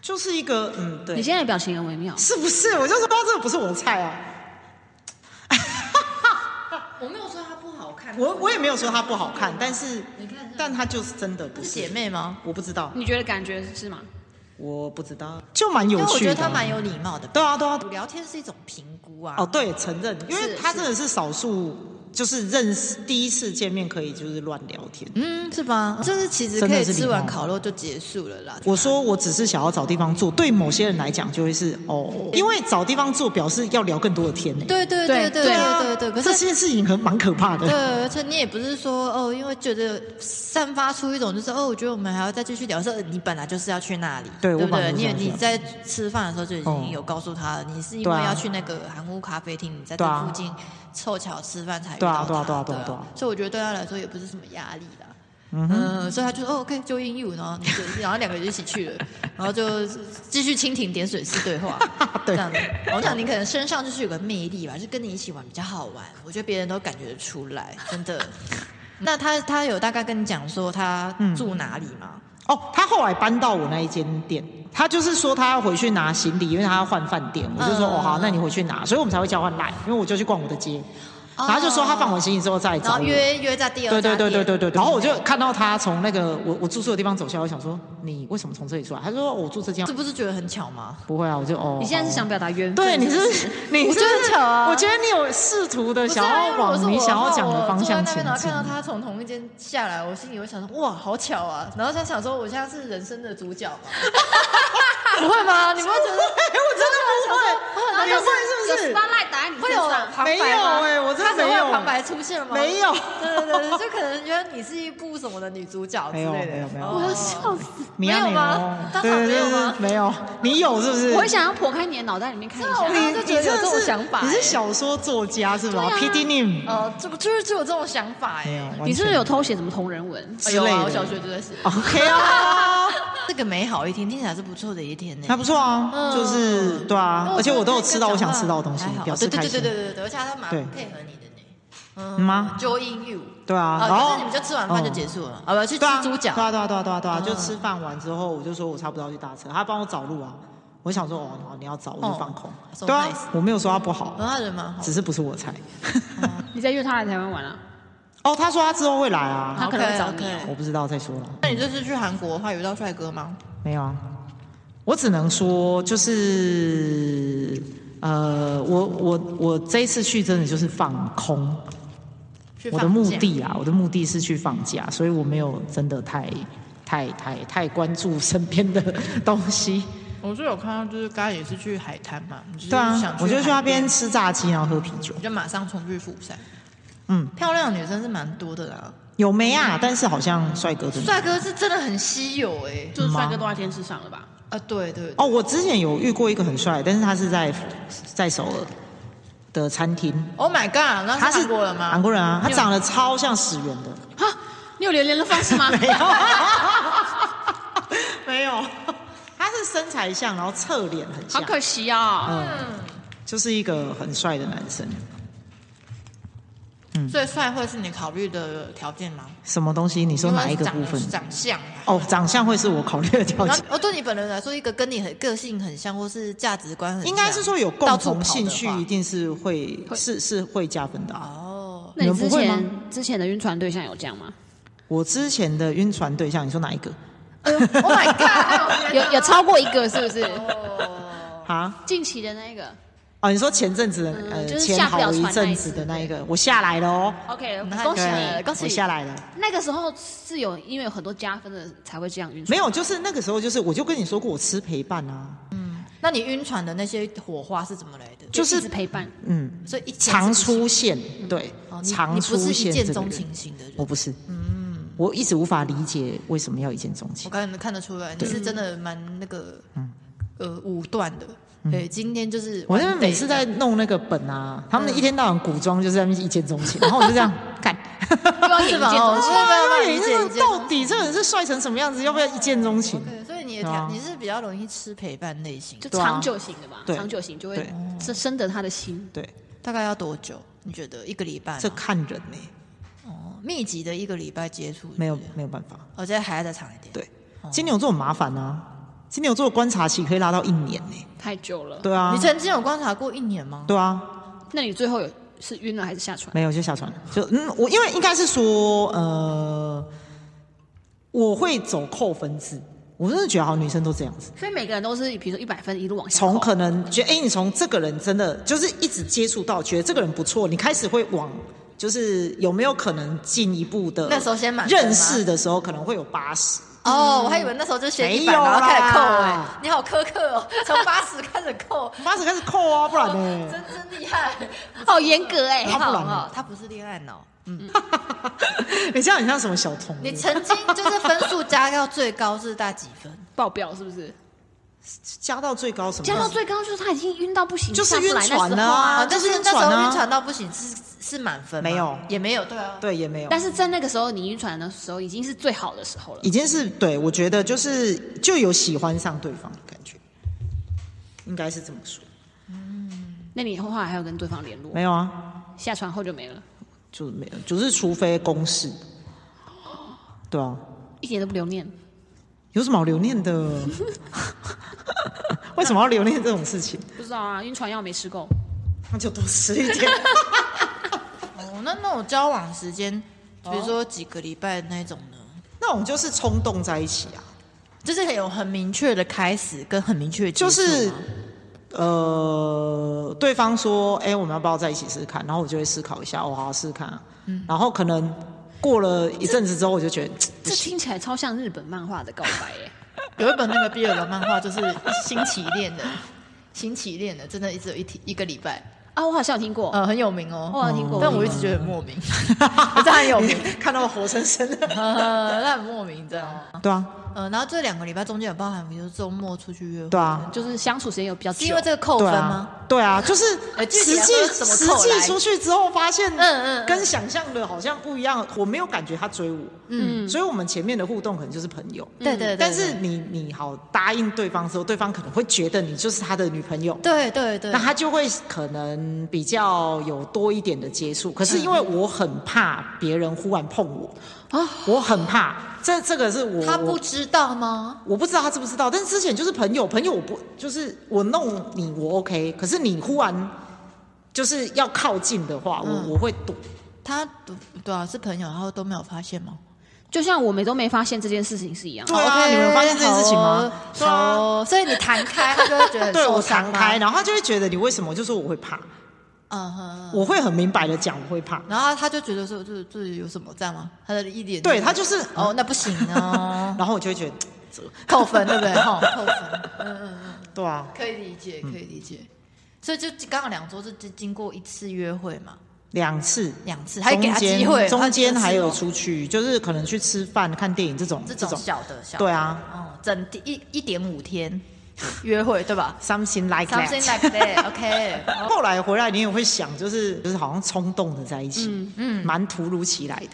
[SPEAKER 3] 就是一个嗯对
[SPEAKER 2] 你，现在的表情很微妙。
[SPEAKER 3] 是不是？我就说这个不是我的菜啊，
[SPEAKER 1] 我没有说她不好看，
[SPEAKER 3] 我我也没有说它不好看，但是
[SPEAKER 1] 你看一下
[SPEAKER 3] 但它就是真的不
[SPEAKER 1] 是
[SPEAKER 3] 是
[SPEAKER 1] 姐，妹吗？
[SPEAKER 3] 我不知道，
[SPEAKER 2] 你觉得感觉是吗？
[SPEAKER 3] 我不知道，就蛮
[SPEAKER 1] 因
[SPEAKER 3] 有
[SPEAKER 1] 为我
[SPEAKER 3] 趣
[SPEAKER 1] 觉
[SPEAKER 3] 的，
[SPEAKER 1] 得她蛮有礼貌的。
[SPEAKER 3] 对啊对啊，
[SPEAKER 1] 聊天是一种评估啊。
[SPEAKER 3] 哦，对，承认，因为
[SPEAKER 2] 是
[SPEAKER 3] 他
[SPEAKER 2] 是
[SPEAKER 3] 真的是少数，就是认识第一次见面可以就是乱聊天。
[SPEAKER 1] 嗯，是吧？就是其实可
[SPEAKER 3] 真
[SPEAKER 1] 以
[SPEAKER 3] 的是礼
[SPEAKER 1] 吃
[SPEAKER 3] 貌
[SPEAKER 1] 完烤肉就结束了啦。
[SPEAKER 3] 我说我只是想要找地方坐，对某些人来讲就会是哦，因为找地方坐表示要聊更多的天呢、
[SPEAKER 1] 对对对对
[SPEAKER 3] 对啊
[SPEAKER 1] 对对，可
[SPEAKER 3] 这
[SPEAKER 1] 是。
[SPEAKER 3] 件事情很蛮可怕
[SPEAKER 1] 对，
[SPEAKER 3] 的。
[SPEAKER 1] 而且你也不是说哦，因为觉得散发出一种就是哦，我觉得我们还要再继续聊，说呃你本来就是要去那里，
[SPEAKER 3] 对
[SPEAKER 1] 对不
[SPEAKER 3] 我本
[SPEAKER 1] 对？
[SPEAKER 3] 来就是
[SPEAKER 1] 你
[SPEAKER 3] 要去
[SPEAKER 1] 你在吃饭的时候就已
[SPEAKER 3] 哦
[SPEAKER 1] 经有告诉他了，你是因为
[SPEAKER 3] 对啊
[SPEAKER 1] 要去那个韩屋咖啡厅，你在这
[SPEAKER 3] 对啊
[SPEAKER 1] 附近凑巧吃饭才遇
[SPEAKER 3] 对啊
[SPEAKER 1] 到
[SPEAKER 3] 对啊
[SPEAKER 1] 他，
[SPEAKER 3] 对啊对啊对啊
[SPEAKER 1] 所以我觉得对他来说也不是什么压力啦。嗯，所以他就说哦，OK，就应 you，然后你就然后两个人就一起去了，然后就继续蜻蜓点水式对话，
[SPEAKER 3] 对
[SPEAKER 1] 这样子。我想你可能身上就是有个魅力吧，就跟你一起玩比较好玩，我觉得别人都感觉得出来，真 的。那他他有大概跟你讲说他住哪里吗？
[SPEAKER 3] 哦，他后来搬到我那一间店，他就是说他要回去拿行李，因为他要换饭店。我就说、
[SPEAKER 1] 嗯
[SPEAKER 3] 哦好，那你回去拿，所以我们才会交换赖，因为我就去逛我的街。然后他就说他放我行李之后再
[SPEAKER 1] 然
[SPEAKER 3] 找
[SPEAKER 1] 后
[SPEAKER 3] 我。
[SPEAKER 1] 约约在第二
[SPEAKER 3] 对
[SPEAKER 1] 家
[SPEAKER 3] 嗯对对对
[SPEAKER 1] 店
[SPEAKER 3] 对对。然后我就看到他从那个我我住宿的地方走下来，我想说你为什么从这里出来？他说哦我住这间
[SPEAKER 1] 这。不是觉得很巧吗？
[SPEAKER 3] 不会啊，我就哦。
[SPEAKER 2] 你现在是想
[SPEAKER 3] 好
[SPEAKER 2] 表达缘分？
[SPEAKER 3] 对，你是不是你
[SPEAKER 1] 我
[SPEAKER 3] 是
[SPEAKER 1] 觉得
[SPEAKER 3] 不是
[SPEAKER 1] 很巧啊
[SPEAKER 3] 我觉得你有试图的
[SPEAKER 1] 不是
[SPEAKER 3] 想
[SPEAKER 1] 啊
[SPEAKER 3] 要往你想要讲的方向前
[SPEAKER 1] 因为如果是
[SPEAKER 3] 进
[SPEAKER 1] 我的话我坐在那边然后看。到他从同一间下来，我心里会想说：哇，好巧啊！然后想想说，我现在是人生的主角 吗？不会吗？你不会觉得？
[SPEAKER 3] 哎， 我真的不
[SPEAKER 1] 然
[SPEAKER 3] 会，
[SPEAKER 1] 后
[SPEAKER 3] 你
[SPEAKER 1] 就
[SPEAKER 3] 会啊是不是？
[SPEAKER 2] spotlight 打在你
[SPEAKER 1] 会
[SPEAKER 2] 身
[SPEAKER 1] 有
[SPEAKER 2] 上，
[SPEAKER 1] 旁白吗
[SPEAKER 3] 没有欸我真的
[SPEAKER 1] 他只会
[SPEAKER 3] 没有
[SPEAKER 1] 旁白出现吗？
[SPEAKER 3] 没 有
[SPEAKER 1] 对对 对，就可能觉得你是一部什么的女主角之类的。
[SPEAKER 3] 没有没有没有
[SPEAKER 1] 哦
[SPEAKER 2] 我要笑死！
[SPEAKER 3] 你要
[SPEAKER 1] 没有
[SPEAKER 3] 你
[SPEAKER 1] 吗
[SPEAKER 3] 哦
[SPEAKER 1] 当场
[SPEAKER 3] 对
[SPEAKER 1] 没有
[SPEAKER 3] 对
[SPEAKER 1] 吗
[SPEAKER 3] 对，没有，你有是不是？
[SPEAKER 2] 我会想要剖开你的脑袋里面看一
[SPEAKER 1] 这我
[SPEAKER 2] 下。
[SPEAKER 1] 刚
[SPEAKER 3] 你
[SPEAKER 1] 刚就觉得
[SPEAKER 3] 你真的
[SPEAKER 1] 有这种
[SPEAKER 3] 是
[SPEAKER 1] 想法
[SPEAKER 3] 你
[SPEAKER 1] 欸
[SPEAKER 3] 是小说作家是吧
[SPEAKER 2] 对啊
[SPEAKER 3] ？P.D. Nim
[SPEAKER 1] 哦，这个就是就有这种想法
[SPEAKER 3] 没有
[SPEAKER 1] 哎。
[SPEAKER 3] 完
[SPEAKER 2] 你是不是
[SPEAKER 3] 全
[SPEAKER 2] 有偷写什么同人文？
[SPEAKER 3] 之
[SPEAKER 1] 有
[SPEAKER 3] 类
[SPEAKER 1] 啊，
[SPEAKER 3] 的哦
[SPEAKER 1] 我小学就在写。
[SPEAKER 3] OK 啊？
[SPEAKER 1] 这个美好一天听起来是不错的一天呢
[SPEAKER 3] 还不错啊，
[SPEAKER 1] 嗯
[SPEAKER 3] 就是对啊，而且我都有吃到我想吃到的东西
[SPEAKER 1] 还，好
[SPEAKER 3] 表示
[SPEAKER 1] 对
[SPEAKER 3] 开
[SPEAKER 1] 对对
[SPEAKER 3] 心
[SPEAKER 1] 对。对对对，而且他蛮
[SPEAKER 3] 对
[SPEAKER 1] 配合你的呢。
[SPEAKER 3] 嗯吗？
[SPEAKER 1] Join you。
[SPEAKER 3] 对啊，
[SPEAKER 1] 啊，
[SPEAKER 3] 然
[SPEAKER 1] 可
[SPEAKER 3] 后
[SPEAKER 1] 是你们就吃完饭就结束了，啊，不，去吃
[SPEAKER 3] 对啊，
[SPEAKER 1] 猪脚
[SPEAKER 3] 对。啊对啊对啊对啊对啊，就
[SPEAKER 1] 嗯
[SPEAKER 3] 吃饭完之后，我就说我差不多要去搭车，他帮我找路啊。我想说哦，好你要找我就放空
[SPEAKER 1] 哦，，so
[SPEAKER 3] 对啊
[SPEAKER 1] nice，嗯
[SPEAKER 3] 我没有说他不好，
[SPEAKER 1] 哦然后他人蛮好，
[SPEAKER 3] 只是不是我菜。
[SPEAKER 2] 你在约他来台湾玩啊？
[SPEAKER 3] 哦，他说他之后会来啊，
[SPEAKER 2] 他可能会找你哦
[SPEAKER 1] OK，OK
[SPEAKER 3] 我不知道再说了。
[SPEAKER 1] 那你这次去韩国的话，有遇到帅哥吗？
[SPEAKER 3] 没有啊，我只能说就是呃，我我我这一次去真的就是放空，
[SPEAKER 1] 去
[SPEAKER 3] 我
[SPEAKER 1] 放
[SPEAKER 3] 的目
[SPEAKER 1] 假
[SPEAKER 3] 的啊，我的目的是去放假，所以我没有真的太太太太关注身边的东 西。
[SPEAKER 1] 我是有看到，就是刚才也是去海滩嘛，你就是
[SPEAKER 3] 对啊
[SPEAKER 1] 想，
[SPEAKER 3] 我就去
[SPEAKER 1] 海
[SPEAKER 3] 那边，吃炸鸡，然后喝啤酒
[SPEAKER 1] 你。就马上冲去釜山。
[SPEAKER 3] 嗯，
[SPEAKER 1] 漂亮的女生是蛮多的啦，
[SPEAKER 3] 有没啊？但是好像帅哥真
[SPEAKER 1] 嗯
[SPEAKER 3] 的
[SPEAKER 1] 帅哥是真的很稀有哎、
[SPEAKER 2] 就是帅哥都在电视上了吧？
[SPEAKER 1] 啊，对对
[SPEAKER 3] 哦，我之前有遇过一个很帅，但是他是在在首尔的餐厅，
[SPEAKER 1] o h Oh my god，那
[SPEAKER 3] 他
[SPEAKER 1] 是
[SPEAKER 3] 是
[SPEAKER 1] 韩国人
[SPEAKER 3] 韩
[SPEAKER 1] 吗？
[SPEAKER 3] 国人啊，他长得超像始源的。
[SPEAKER 2] 哈，你有连连的方式吗？
[SPEAKER 3] 没有，没有， 他是身材像，然后侧脸很
[SPEAKER 2] 好
[SPEAKER 3] 像，
[SPEAKER 2] 可惜啊！
[SPEAKER 3] 嗯，就是一个很帅的男生。
[SPEAKER 1] 所以帅会是你考虑的条件吗？
[SPEAKER 3] 什么东西？你说哪一个部分？
[SPEAKER 1] 长相啊。
[SPEAKER 3] 哦，长相会是我考虑的条
[SPEAKER 1] 然
[SPEAKER 3] 件
[SPEAKER 1] 后，，哦，对你本人来说，一个跟你很个性很像，或是价值观很像，
[SPEAKER 3] 应该是说有共
[SPEAKER 1] 到处跑
[SPEAKER 3] 同
[SPEAKER 1] 的
[SPEAKER 3] 兴趣，
[SPEAKER 1] 话
[SPEAKER 3] 一定是会
[SPEAKER 2] 会
[SPEAKER 3] 是是会加分的、啊。
[SPEAKER 1] 哦，
[SPEAKER 2] 那你
[SPEAKER 3] 你们
[SPEAKER 2] 之
[SPEAKER 3] 不会
[SPEAKER 2] 前之前的晕船对象有这样吗？
[SPEAKER 3] 我之前的晕船对象，你说哪一个
[SPEAKER 1] Oh my god！
[SPEAKER 2] 有有超过一个是不是？
[SPEAKER 3] 哦啊？
[SPEAKER 2] 近期的那个
[SPEAKER 3] 哦，你说前阵子的、呃，
[SPEAKER 2] 就是
[SPEAKER 3] 前
[SPEAKER 2] 下不了
[SPEAKER 3] 好一
[SPEAKER 2] 船那
[SPEAKER 3] 阵
[SPEAKER 2] 一
[SPEAKER 3] 子
[SPEAKER 2] 次
[SPEAKER 3] 的那一个，我下来了哦，
[SPEAKER 2] ，OK，
[SPEAKER 1] 那
[SPEAKER 2] 恭喜
[SPEAKER 3] 对
[SPEAKER 2] 你，呃恭喜
[SPEAKER 3] 我
[SPEAKER 2] 你
[SPEAKER 3] 下。来了。
[SPEAKER 2] 那个时候是有因为有很多加分的才会这样晕船，
[SPEAKER 3] 没有，就是那个时候，就是我就跟你说过，我吃陪伴啊，
[SPEAKER 1] 那你晕船的那些火花是怎么来的？
[SPEAKER 3] 就
[SPEAKER 2] 一
[SPEAKER 3] 是
[SPEAKER 2] 直陪伴。
[SPEAKER 3] 嗯，
[SPEAKER 1] 所以一
[SPEAKER 3] 常
[SPEAKER 1] 出。
[SPEAKER 3] 出现，对，
[SPEAKER 1] 哦，你
[SPEAKER 3] 常
[SPEAKER 1] 你不
[SPEAKER 3] 出
[SPEAKER 1] 是一
[SPEAKER 3] 现这
[SPEAKER 1] 见
[SPEAKER 3] 个
[SPEAKER 1] 钟
[SPEAKER 3] 人
[SPEAKER 1] 情型的人，
[SPEAKER 3] 我不是，我一直无法理解为什么要一见钟
[SPEAKER 1] 我
[SPEAKER 3] 情。
[SPEAKER 1] 刚才看得出来，你是真的蛮那个，呃，武断的。对，今天就是
[SPEAKER 3] 嗯我
[SPEAKER 1] 完
[SPEAKER 3] 那
[SPEAKER 1] 美
[SPEAKER 3] 边
[SPEAKER 1] 的，
[SPEAKER 3] 每次在弄那个本啊，他们一天到晚古装就是在那边一见钟 情，然后我就这样干。
[SPEAKER 1] 又要演 一见钟情，
[SPEAKER 3] 哎
[SPEAKER 1] 哦没有办法理解
[SPEAKER 3] 这
[SPEAKER 1] 一
[SPEAKER 3] 个
[SPEAKER 1] 见
[SPEAKER 3] 到
[SPEAKER 1] 钟情。
[SPEAKER 3] 底这个人是帅成什么样子？要不要一见钟情？
[SPEAKER 1] 对，所以你的
[SPEAKER 3] 对啊
[SPEAKER 1] 条你是比较容易吃陪伴类型
[SPEAKER 2] 就，
[SPEAKER 3] 对啊
[SPEAKER 2] 长久型的吧，
[SPEAKER 3] 对
[SPEAKER 2] 长久型就会
[SPEAKER 3] 对
[SPEAKER 2] 深深得他的心。
[SPEAKER 3] 对，
[SPEAKER 1] 大概要多久？你觉得一个礼拜吗？
[SPEAKER 3] 这看人呢，
[SPEAKER 1] 哦密集的一个礼拜接触，
[SPEAKER 3] 没有
[SPEAKER 1] 对不对哦
[SPEAKER 3] 没有办法。
[SPEAKER 1] 我觉得还要再长一点。
[SPEAKER 3] 对，金牛座很麻烦啊，金牛座观察期可以拉到一年呢。
[SPEAKER 2] 太久了。
[SPEAKER 3] 对啊
[SPEAKER 1] 你，曾经有观察过一年吗？
[SPEAKER 3] 对啊，
[SPEAKER 2] 那你最后有是晕了还是下船？
[SPEAKER 3] 没有，就下船了。就嗯，我因为应该是说，呃，我会走扣分制。我真的觉得，好像女生都这样子，
[SPEAKER 2] 所以每个人都是比如说一百分一路往下
[SPEAKER 3] 从
[SPEAKER 2] 扣，
[SPEAKER 3] 可能觉得，哎、你从这个人真的就是一直接触到，觉得这个人不错，你开始会往就是有没有可能进一步的
[SPEAKER 1] 那时候先满分吗
[SPEAKER 3] 认识的时候，可能会有八十。
[SPEAKER 1] 哦，我还以为那时候就先一百，
[SPEAKER 3] 没有啦
[SPEAKER 1] 然后开始扣哎，你好苛刻 哦，从八十开始扣，
[SPEAKER 3] 八十开始扣啊，不然呢？
[SPEAKER 1] 真真厉害。
[SPEAKER 2] 好严格哎、
[SPEAKER 1] 他不
[SPEAKER 3] 不然呢
[SPEAKER 1] 哦他不是恋爱脑。
[SPEAKER 3] 你这样很像什么小童？
[SPEAKER 1] 你曾经就是分数加到最高是大几分？
[SPEAKER 2] 爆表是不是？
[SPEAKER 3] 加到最高什么？
[SPEAKER 2] 加到最高就是他已经晕到不行，
[SPEAKER 3] 就是
[SPEAKER 2] 下不来
[SPEAKER 3] 晕船
[SPEAKER 2] 那时
[SPEAKER 3] 了
[SPEAKER 2] 候
[SPEAKER 3] 啊
[SPEAKER 1] 但
[SPEAKER 3] 就是
[SPEAKER 1] 是
[SPEAKER 3] 晕
[SPEAKER 1] 哦那时
[SPEAKER 3] 船
[SPEAKER 1] 候
[SPEAKER 3] 啊
[SPEAKER 1] 晕船到不行，是是满分吗
[SPEAKER 3] 没有
[SPEAKER 1] 也没有，对啊，
[SPEAKER 3] 对也没有，
[SPEAKER 2] 但是在那个时候，你晕船的时候已经是最好的时候了。
[SPEAKER 3] 已经是对我觉得就是就有喜欢上对方的感觉，应该是这么说。
[SPEAKER 2] 那你后来还有跟对方联络？
[SPEAKER 3] 没有啊，
[SPEAKER 2] 下船后就没了，
[SPEAKER 3] 就没有，就是除非公事，对啊，
[SPEAKER 2] 一点都不留念。
[SPEAKER 3] 有什么好留 念的？为什么要留恋这种事情？
[SPEAKER 2] 不知道啊，晕船药没吃够，
[SPEAKER 3] 那就多吃一点。
[SPEAKER 1] 哦那那种交往时间，比如说几个礼拜那种呢？
[SPEAKER 3] 那种就是冲动在一起啊，
[SPEAKER 1] 就是有很明确的开始跟很明确的结束
[SPEAKER 3] 就
[SPEAKER 1] 吗
[SPEAKER 3] 是呃，对方说，哎、我们要不要在一起试试看？然后我就会思考一下，我好好试试看、啊。
[SPEAKER 1] 嗯
[SPEAKER 3] 然后可能过了一阵子之后，我就觉得，
[SPEAKER 2] 这听起来超像日本漫画的告白欸耶、
[SPEAKER 1] 有一本那个 BL 的漫画，就是新起恋 的，新起恋的，真的只有一天一个礼拜，
[SPEAKER 2] 啊，我好像有听过，
[SPEAKER 1] 呃，很有名哦。
[SPEAKER 2] 我好像听过，
[SPEAKER 1] 但我一直觉得很莫 名，可是很有名，
[SPEAKER 3] 看到活生生的，
[SPEAKER 1] 呃，那很莫名这样。
[SPEAKER 3] 对啊，
[SPEAKER 1] 呃，然后这两个礼拜中间有包含，比如周末出去约会，
[SPEAKER 3] 对啊，
[SPEAKER 2] 就是相处时间有比较
[SPEAKER 1] 是
[SPEAKER 2] 久
[SPEAKER 1] 因为，这个扣
[SPEAKER 3] 对
[SPEAKER 1] 分
[SPEAKER 3] 啊
[SPEAKER 1] 吗？，
[SPEAKER 3] 对啊，就是
[SPEAKER 1] 呃具体
[SPEAKER 3] 实
[SPEAKER 1] 来
[SPEAKER 3] 际
[SPEAKER 1] 说怎么
[SPEAKER 3] 实
[SPEAKER 1] 扣
[SPEAKER 3] 际
[SPEAKER 1] 来
[SPEAKER 3] 出去之后发现，
[SPEAKER 1] 嗯嗯
[SPEAKER 3] 啊跟想象的好像不一样。我没有感觉他追我，
[SPEAKER 2] 嗯，
[SPEAKER 3] 所以我们前面的互动可能就是朋友。
[SPEAKER 1] 对对对，
[SPEAKER 3] 但是你你好答应对方之后，对方可能会觉得你就是他的女朋友，
[SPEAKER 1] 对对对
[SPEAKER 3] 那，他就会可能比较有多一点的接触。可是因为我很怕别人忽然碰我
[SPEAKER 2] 啊
[SPEAKER 3] 啊，我很怕，这这个是我
[SPEAKER 1] 嗯他不知道吗？
[SPEAKER 3] 我不知道他知不知道，但是之前就是朋友，朋友我不就是我弄你我 OK，可是你忽然就是要靠近的话，
[SPEAKER 1] 嗯
[SPEAKER 3] 我我会躲。
[SPEAKER 1] 他对啊，是朋友，然后都没有发现吗？哦
[SPEAKER 2] 就像我们都没发现这件事情是一样的。
[SPEAKER 3] 对啊
[SPEAKER 1] OK，
[SPEAKER 3] 你们有发现这件事情吗啊
[SPEAKER 1] 好哦，好哦所以你弹开，他就会觉得很
[SPEAKER 3] 对
[SPEAKER 1] 受
[SPEAKER 3] 我
[SPEAKER 1] 伤
[SPEAKER 3] 弹
[SPEAKER 1] 吗
[SPEAKER 3] 开，，然后他就会觉得你为什么？我就说我会怕，
[SPEAKER 1] 嗯哼，嗯
[SPEAKER 3] 我会很明白的讲我会怕。
[SPEAKER 1] 然后他就觉得说，这这有什么这样吗？他的一脸
[SPEAKER 3] 对他就是
[SPEAKER 1] 哦，那不行 哦，
[SPEAKER 3] 然后我就会觉得，
[SPEAKER 1] 扣分对不 对？哈，扣分，嗯嗯嗯，
[SPEAKER 3] 对啊，
[SPEAKER 1] 可以理解，可以理解。
[SPEAKER 3] 嗯
[SPEAKER 1] 所以就刚刚两周是经过一次约会嘛，
[SPEAKER 3] 两次。
[SPEAKER 1] 两次，还
[SPEAKER 3] 中
[SPEAKER 1] 给
[SPEAKER 3] 间
[SPEAKER 1] 他机会，
[SPEAKER 3] 中间
[SPEAKER 1] 他
[SPEAKER 3] 还有
[SPEAKER 1] 这次
[SPEAKER 3] 出去，就是可能去吃饭、看电影这种
[SPEAKER 1] 哦这种小的小的，
[SPEAKER 3] 对啊
[SPEAKER 1] 嗯，整一一点五 天约会对吧
[SPEAKER 3] something like that。
[SPEAKER 1] ？Something like that，OK，
[SPEAKER 3] 后来回来，你也会想，就是就是好像冲动的在一起，
[SPEAKER 1] 嗯
[SPEAKER 3] 嗯，蛮突如其来的。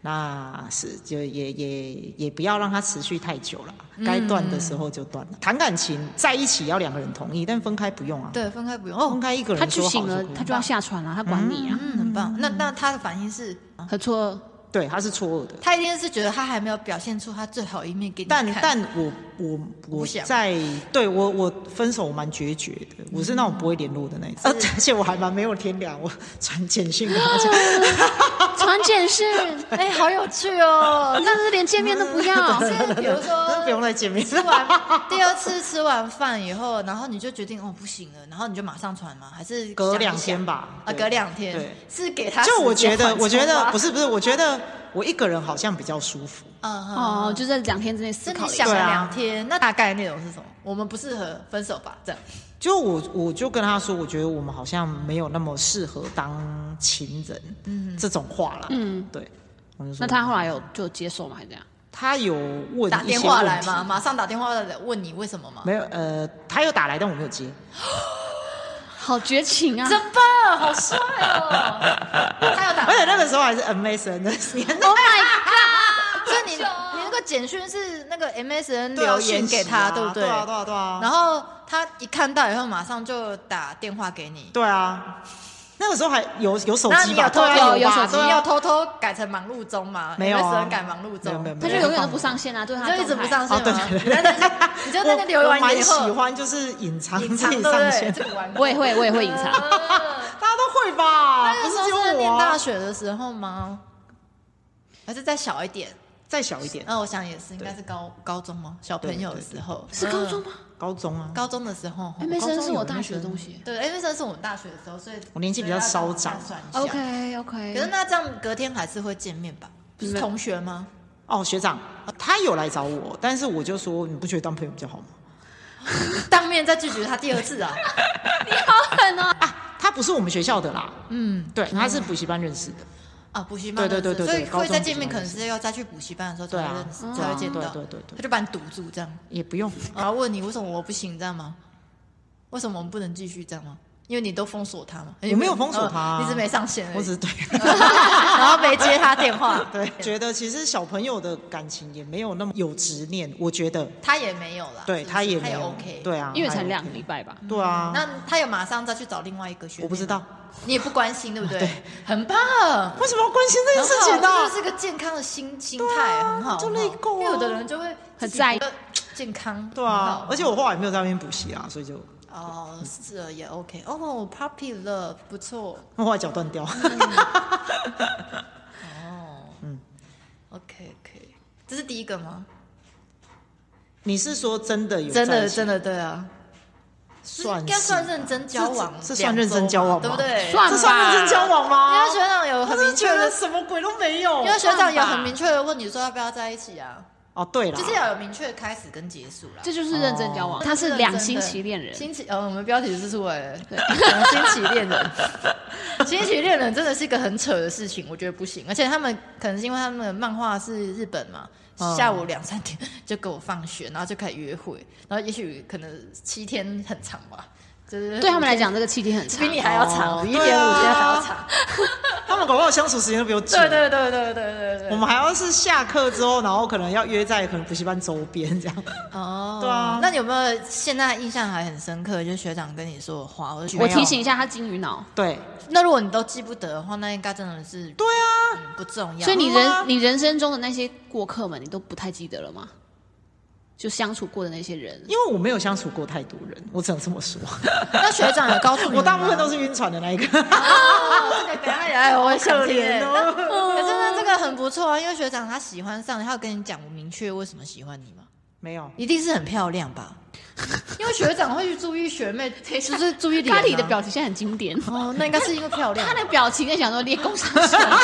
[SPEAKER 3] 那是就也也也不要让它持续太久了，该断的时候就断了。谈感情在一起要两个人同意，但分开不用啊。，
[SPEAKER 1] 对，分开不用
[SPEAKER 3] 分
[SPEAKER 1] 哦，
[SPEAKER 3] 开一个
[SPEAKER 2] 他
[SPEAKER 3] 人
[SPEAKER 2] 去
[SPEAKER 3] 说好
[SPEAKER 2] 醒了
[SPEAKER 3] 就可，以
[SPEAKER 2] 他就要下船了、他管你啊，
[SPEAKER 1] 嗯，很棒。那那他的反应是，
[SPEAKER 2] 很错愕。
[SPEAKER 3] 对，他是错愕的。
[SPEAKER 1] 他一定是觉得他还没有表现出他最好一面给你
[SPEAKER 3] 但
[SPEAKER 1] 看
[SPEAKER 3] 但我我
[SPEAKER 1] 不
[SPEAKER 3] 我
[SPEAKER 1] 想
[SPEAKER 3] 在对我我分手我蛮决绝的，我是那种不会联络的那一种， 而且我还蛮没有天良，我传简讯 给他讲，
[SPEAKER 2] 传简讯，
[SPEAKER 1] 哎、好有趣 哦！
[SPEAKER 2] 那是连见面都不要。
[SPEAKER 1] 那比如
[SPEAKER 3] 那不
[SPEAKER 1] 说
[SPEAKER 3] 用再见面。
[SPEAKER 1] 吃完第二次吃完饭以后，然后你就决定哦不行了，然后你就马上传吗？还是
[SPEAKER 3] 隔
[SPEAKER 1] 想一
[SPEAKER 3] 两
[SPEAKER 1] 想
[SPEAKER 3] 天吧
[SPEAKER 1] 啊，
[SPEAKER 3] 对
[SPEAKER 1] 隔两天，
[SPEAKER 3] 对
[SPEAKER 1] 是给他
[SPEAKER 3] 就我
[SPEAKER 1] 时间
[SPEAKER 3] 觉得，
[SPEAKER 1] 缓冲
[SPEAKER 3] 我觉得
[SPEAKER 1] 吗
[SPEAKER 3] 不，是不是，我觉得我一个人好像比较舒服。
[SPEAKER 1] 嗯嗯，
[SPEAKER 2] 哦，
[SPEAKER 1] 哦，
[SPEAKER 2] 就在两天之内思
[SPEAKER 1] 是
[SPEAKER 2] 考
[SPEAKER 1] 你
[SPEAKER 2] 了一
[SPEAKER 1] 想
[SPEAKER 2] 下。
[SPEAKER 1] 了
[SPEAKER 3] 对啊
[SPEAKER 1] 两天，那大概内容是什么？我们不适合，分手吧，这样。
[SPEAKER 3] 就我我就跟他说，我觉得我们好像没有那么适合当情人，嗯，这种话啦，
[SPEAKER 2] 嗯，
[SPEAKER 3] 对。我就说
[SPEAKER 2] 那他后来有就接受吗？还是这样？
[SPEAKER 3] 他有问
[SPEAKER 1] 打
[SPEAKER 3] 一些
[SPEAKER 1] 电话来
[SPEAKER 3] 问题
[SPEAKER 1] 嘛，？马上打电话来问你为什么嘛？
[SPEAKER 3] 没有，呃，他有打来，但我没有接。
[SPEAKER 1] 啊
[SPEAKER 2] 好绝情 啊！
[SPEAKER 1] 真棒，好帅哦！他有打，
[SPEAKER 3] 而且那个时候还是 MSN 的年代，
[SPEAKER 2] Oh my god！
[SPEAKER 1] 所以你你那个简讯是那个 MSN
[SPEAKER 3] 对啊
[SPEAKER 1] 留言给他，
[SPEAKER 3] 讯息啊
[SPEAKER 1] 不
[SPEAKER 3] 对啊，对啊，对啊。
[SPEAKER 1] 然后他一看到以后，马上就打电话给你。
[SPEAKER 3] 对啊，那个时候还有有 手
[SPEAKER 1] 那
[SPEAKER 3] 机
[SPEAKER 1] 你
[SPEAKER 3] 吧？
[SPEAKER 1] 有偷
[SPEAKER 3] 对啊
[SPEAKER 1] 偷
[SPEAKER 3] 有
[SPEAKER 1] 有
[SPEAKER 3] 吧
[SPEAKER 1] 手机，
[SPEAKER 3] 对啊
[SPEAKER 1] 你有偷偷改成忙碌中吗？
[SPEAKER 3] 没有啊
[SPEAKER 1] 因为只能改忙碌中，
[SPEAKER 3] 没有没有
[SPEAKER 2] 他就永远都不上线啊，对他
[SPEAKER 1] 你就一直不上
[SPEAKER 3] 哦
[SPEAKER 1] 线
[SPEAKER 3] 对
[SPEAKER 1] 吗？
[SPEAKER 3] 对啊
[SPEAKER 1] 你在那你就在那留完
[SPEAKER 3] 我蛮
[SPEAKER 1] 言以
[SPEAKER 3] 喜
[SPEAKER 1] 后，
[SPEAKER 3] 欢，就是隐藏
[SPEAKER 1] 隐
[SPEAKER 3] 自
[SPEAKER 1] 藏对
[SPEAKER 3] 己
[SPEAKER 1] 不
[SPEAKER 3] 上
[SPEAKER 1] 对？
[SPEAKER 3] 线，
[SPEAKER 1] 这个玩
[SPEAKER 2] 我也会，我也会隐藏。
[SPEAKER 3] 大家都会吧？
[SPEAKER 1] 那
[SPEAKER 3] 不
[SPEAKER 1] 个时候
[SPEAKER 3] 是
[SPEAKER 1] 是在
[SPEAKER 3] 只有
[SPEAKER 1] 念
[SPEAKER 3] 我啊
[SPEAKER 1] 大。哎学的时候吗？还是再小一点？
[SPEAKER 3] 再小一点，
[SPEAKER 1] 那我想也是，应该是高高中吗？小朋友的时候
[SPEAKER 2] 是高中
[SPEAKER 1] 嗯
[SPEAKER 2] 吗
[SPEAKER 3] 高中啊，
[SPEAKER 1] 高中的时候，
[SPEAKER 2] ？M S
[SPEAKER 3] 高
[SPEAKER 2] N
[SPEAKER 3] 中
[SPEAKER 2] 是
[SPEAKER 3] 有
[SPEAKER 2] 我大学的东西。
[SPEAKER 1] 对，因为那是我们大学的时候，所以
[SPEAKER 3] 我年纪比较稍
[SPEAKER 1] 所以
[SPEAKER 3] 长
[SPEAKER 1] 要大家算一下。
[SPEAKER 2] OK
[SPEAKER 1] 可是
[SPEAKER 2] OK，
[SPEAKER 1] 那这样隔天还是会见面吧？不是
[SPEAKER 2] 没
[SPEAKER 1] 同学吗？
[SPEAKER 3] 哦，学长，他有来找我，但是我就说，你不觉得当朋友比较好吗？
[SPEAKER 1] 当面再拒绝他第二次啊？
[SPEAKER 2] 好狠哦！
[SPEAKER 3] 啊，他不是我们学校的啦，
[SPEAKER 1] 嗯，
[SPEAKER 3] 对，他是补习班认识的，
[SPEAKER 1] 啊，补习班
[SPEAKER 3] 对对
[SPEAKER 1] 认识
[SPEAKER 3] 对对对
[SPEAKER 1] 所以会再
[SPEAKER 3] 高中
[SPEAKER 1] 见面，
[SPEAKER 3] 补习班
[SPEAKER 1] 可能是要再去补习班的时候才
[SPEAKER 3] 对
[SPEAKER 1] 会
[SPEAKER 3] 啊
[SPEAKER 1] 认识，
[SPEAKER 3] 嗯
[SPEAKER 1] 才会见到。
[SPEAKER 3] 对对对对嗯
[SPEAKER 1] 他就把你堵住这样，
[SPEAKER 3] 也不用，
[SPEAKER 1] 然后问你为什么我不行，这样吗？为什么我们不能继续这样吗？因为你都封锁他嘛，
[SPEAKER 3] 我没有封锁他啊
[SPEAKER 1] 哦你只是没上线而已，
[SPEAKER 3] 我只是对，
[SPEAKER 1] 然后没接他电话，
[SPEAKER 3] 对，觉得其实小朋友的感情也没有那么有执念，我觉得，
[SPEAKER 1] 他也没有啦，
[SPEAKER 3] 对
[SPEAKER 1] 是不是
[SPEAKER 3] 他也
[SPEAKER 1] 他
[SPEAKER 3] 没
[SPEAKER 1] 也
[SPEAKER 3] 有
[SPEAKER 1] OK，，
[SPEAKER 3] 对啊，
[SPEAKER 2] 因为
[SPEAKER 3] 他
[SPEAKER 2] 才
[SPEAKER 3] 也
[SPEAKER 2] 两个
[SPEAKER 3] OK
[SPEAKER 2] 礼拜吧。
[SPEAKER 3] 对
[SPEAKER 1] 嗯
[SPEAKER 3] 啊，
[SPEAKER 1] 那他有马上再去找另外一个学妹吗
[SPEAKER 3] 我不知道，
[SPEAKER 1] 你也不关心，对不对？
[SPEAKER 3] 对
[SPEAKER 1] 很棒，
[SPEAKER 3] 为什么要关心这件事情啊
[SPEAKER 1] 很好这就
[SPEAKER 3] 呢？
[SPEAKER 1] 是个健康的心心态，很好，
[SPEAKER 3] 就
[SPEAKER 1] 很好
[SPEAKER 3] 内购啊
[SPEAKER 1] 因为有的人就会
[SPEAKER 2] 很在意
[SPEAKER 1] 自己觉得健康，
[SPEAKER 3] 对
[SPEAKER 1] 很
[SPEAKER 3] 啊
[SPEAKER 1] 好，
[SPEAKER 3] 而且我后来没有在那边补习啊，所以就
[SPEAKER 1] 哦，是的也 OK。哦，Puppy Love 不错。
[SPEAKER 3] 我后来脚断掉。
[SPEAKER 1] 嗯哦，嗯，OK OK，这是第一个吗？
[SPEAKER 3] 你是说真的有
[SPEAKER 1] 真
[SPEAKER 3] 在
[SPEAKER 1] 的
[SPEAKER 3] 一起
[SPEAKER 1] 真的对啊，
[SPEAKER 3] 算
[SPEAKER 1] 应该算
[SPEAKER 3] 是
[SPEAKER 1] 认真交往两周嘛，
[SPEAKER 3] 这这算认真交往吗
[SPEAKER 1] 对不对？
[SPEAKER 2] 算
[SPEAKER 3] 这算认真交往
[SPEAKER 1] 因
[SPEAKER 3] 吗
[SPEAKER 1] 为？学长有
[SPEAKER 3] 我
[SPEAKER 1] 很
[SPEAKER 3] 真
[SPEAKER 1] 明
[SPEAKER 3] 的
[SPEAKER 1] 确
[SPEAKER 3] 觉
[SPEAKER 1] 的，
[SPEAKER 3] 得什么鬼都没有
[SPEAKER 1] 因。为学长有
[SPEAKER 2] 算
[SPEAKER 1] 很
[SPEAKER 2] 吧
[SPEAKER 1] 明确的问你说要不要在一起啊，
[SPEAKER 3] 哦，对了，
[SPEAKER 1] 就是要有明确的开始跟结束啦。
[SPEAKER 2] 这就是认真交往。哦
[SPEAKER 1] 哦
[SPEAKER 2] 他是两星期恋人，
[SPEAKER 1] 星期呃，我们标题是出来了， 对，星期恋人， 星期恋人真的是一个很扯的事情，我觉得不行。而且他们可能是因为他们的漫画是日本嘛，
[SPEAKER 3] 嗯
[SPEAKER 1] 下午两三点就给我放学，然后就开始约会，然后也许可能七天很长吧，就是
[SPEAKER 2] 对他们来讲，这个期间很长
[SPEAKER 1] 比。你还要长，啊
[SPEAKER 3] 哦
[SPEAKER 1] 比一点五天还要
[SPEAKER 3] 对
[SPEAKER 1] 长。
[SPEAKER 3] 他们搞不好相处时间都比我久。
[SPEAKER 1] 对对对对对对对。
[SPEAKER 3] 我们还要是下课之后，然后可能要约在可能补习班周边这样。
[SPEAKER 2] 嗯
[SPEAKER 1] 哦，
[SPEAKER 3] 对啊
[SPEAKER 1] 那你有没有现在印象还很深刻？就是学长跟你说的话，我就觉得
[SPEAKER 2] 我提醒一下，他金鱼脑，
[SPEAKER 3] 对
[SPEAKER 1] 那如果你都记不得的话，那应该真的是
[SPEAKER 3] 对啊，
[SPEAKER 1] 嗯不重要。
[SPEAKER 2] 所以你
[SPEAKER 3] 吗
[SPEAKER 2] 人你人生中的那些过客们，你都不太记得了吗？就相处过的那些人，
[SPEAKER 3] 因为我没有相处过太多人，我只能这么说。
[SPEAKER 1] 那学长有告诉你们吗，
[SPEAKER 3] 我大部分都是晕船的那一个。
[SPEAKER 1] 哦，这个等一下也 来，我也想听耶。
[SPEAKER 3] 好可
[SPEAKER 1] 那可
[SPEAKER 3] 怜
[SPEAKER 1] 是那这个很不错啊，因为学长他喜欢上你，他有跟你讲我明确为什么喜欢你吗？
[SPEAKER 3] 没有，
[SPEAKER 1] 一定是很漂亮吧？因为学长会去注意学 妹，就是注意脸、啊。
[SPEAKER 2] 咖喱的表情现在很经典，
[SPEAKER 1] 哦， 那应该是因为漂亮
[SPEAKER 2] 他。的表情在想说练功上手，
[SPEAKER 1] 但啊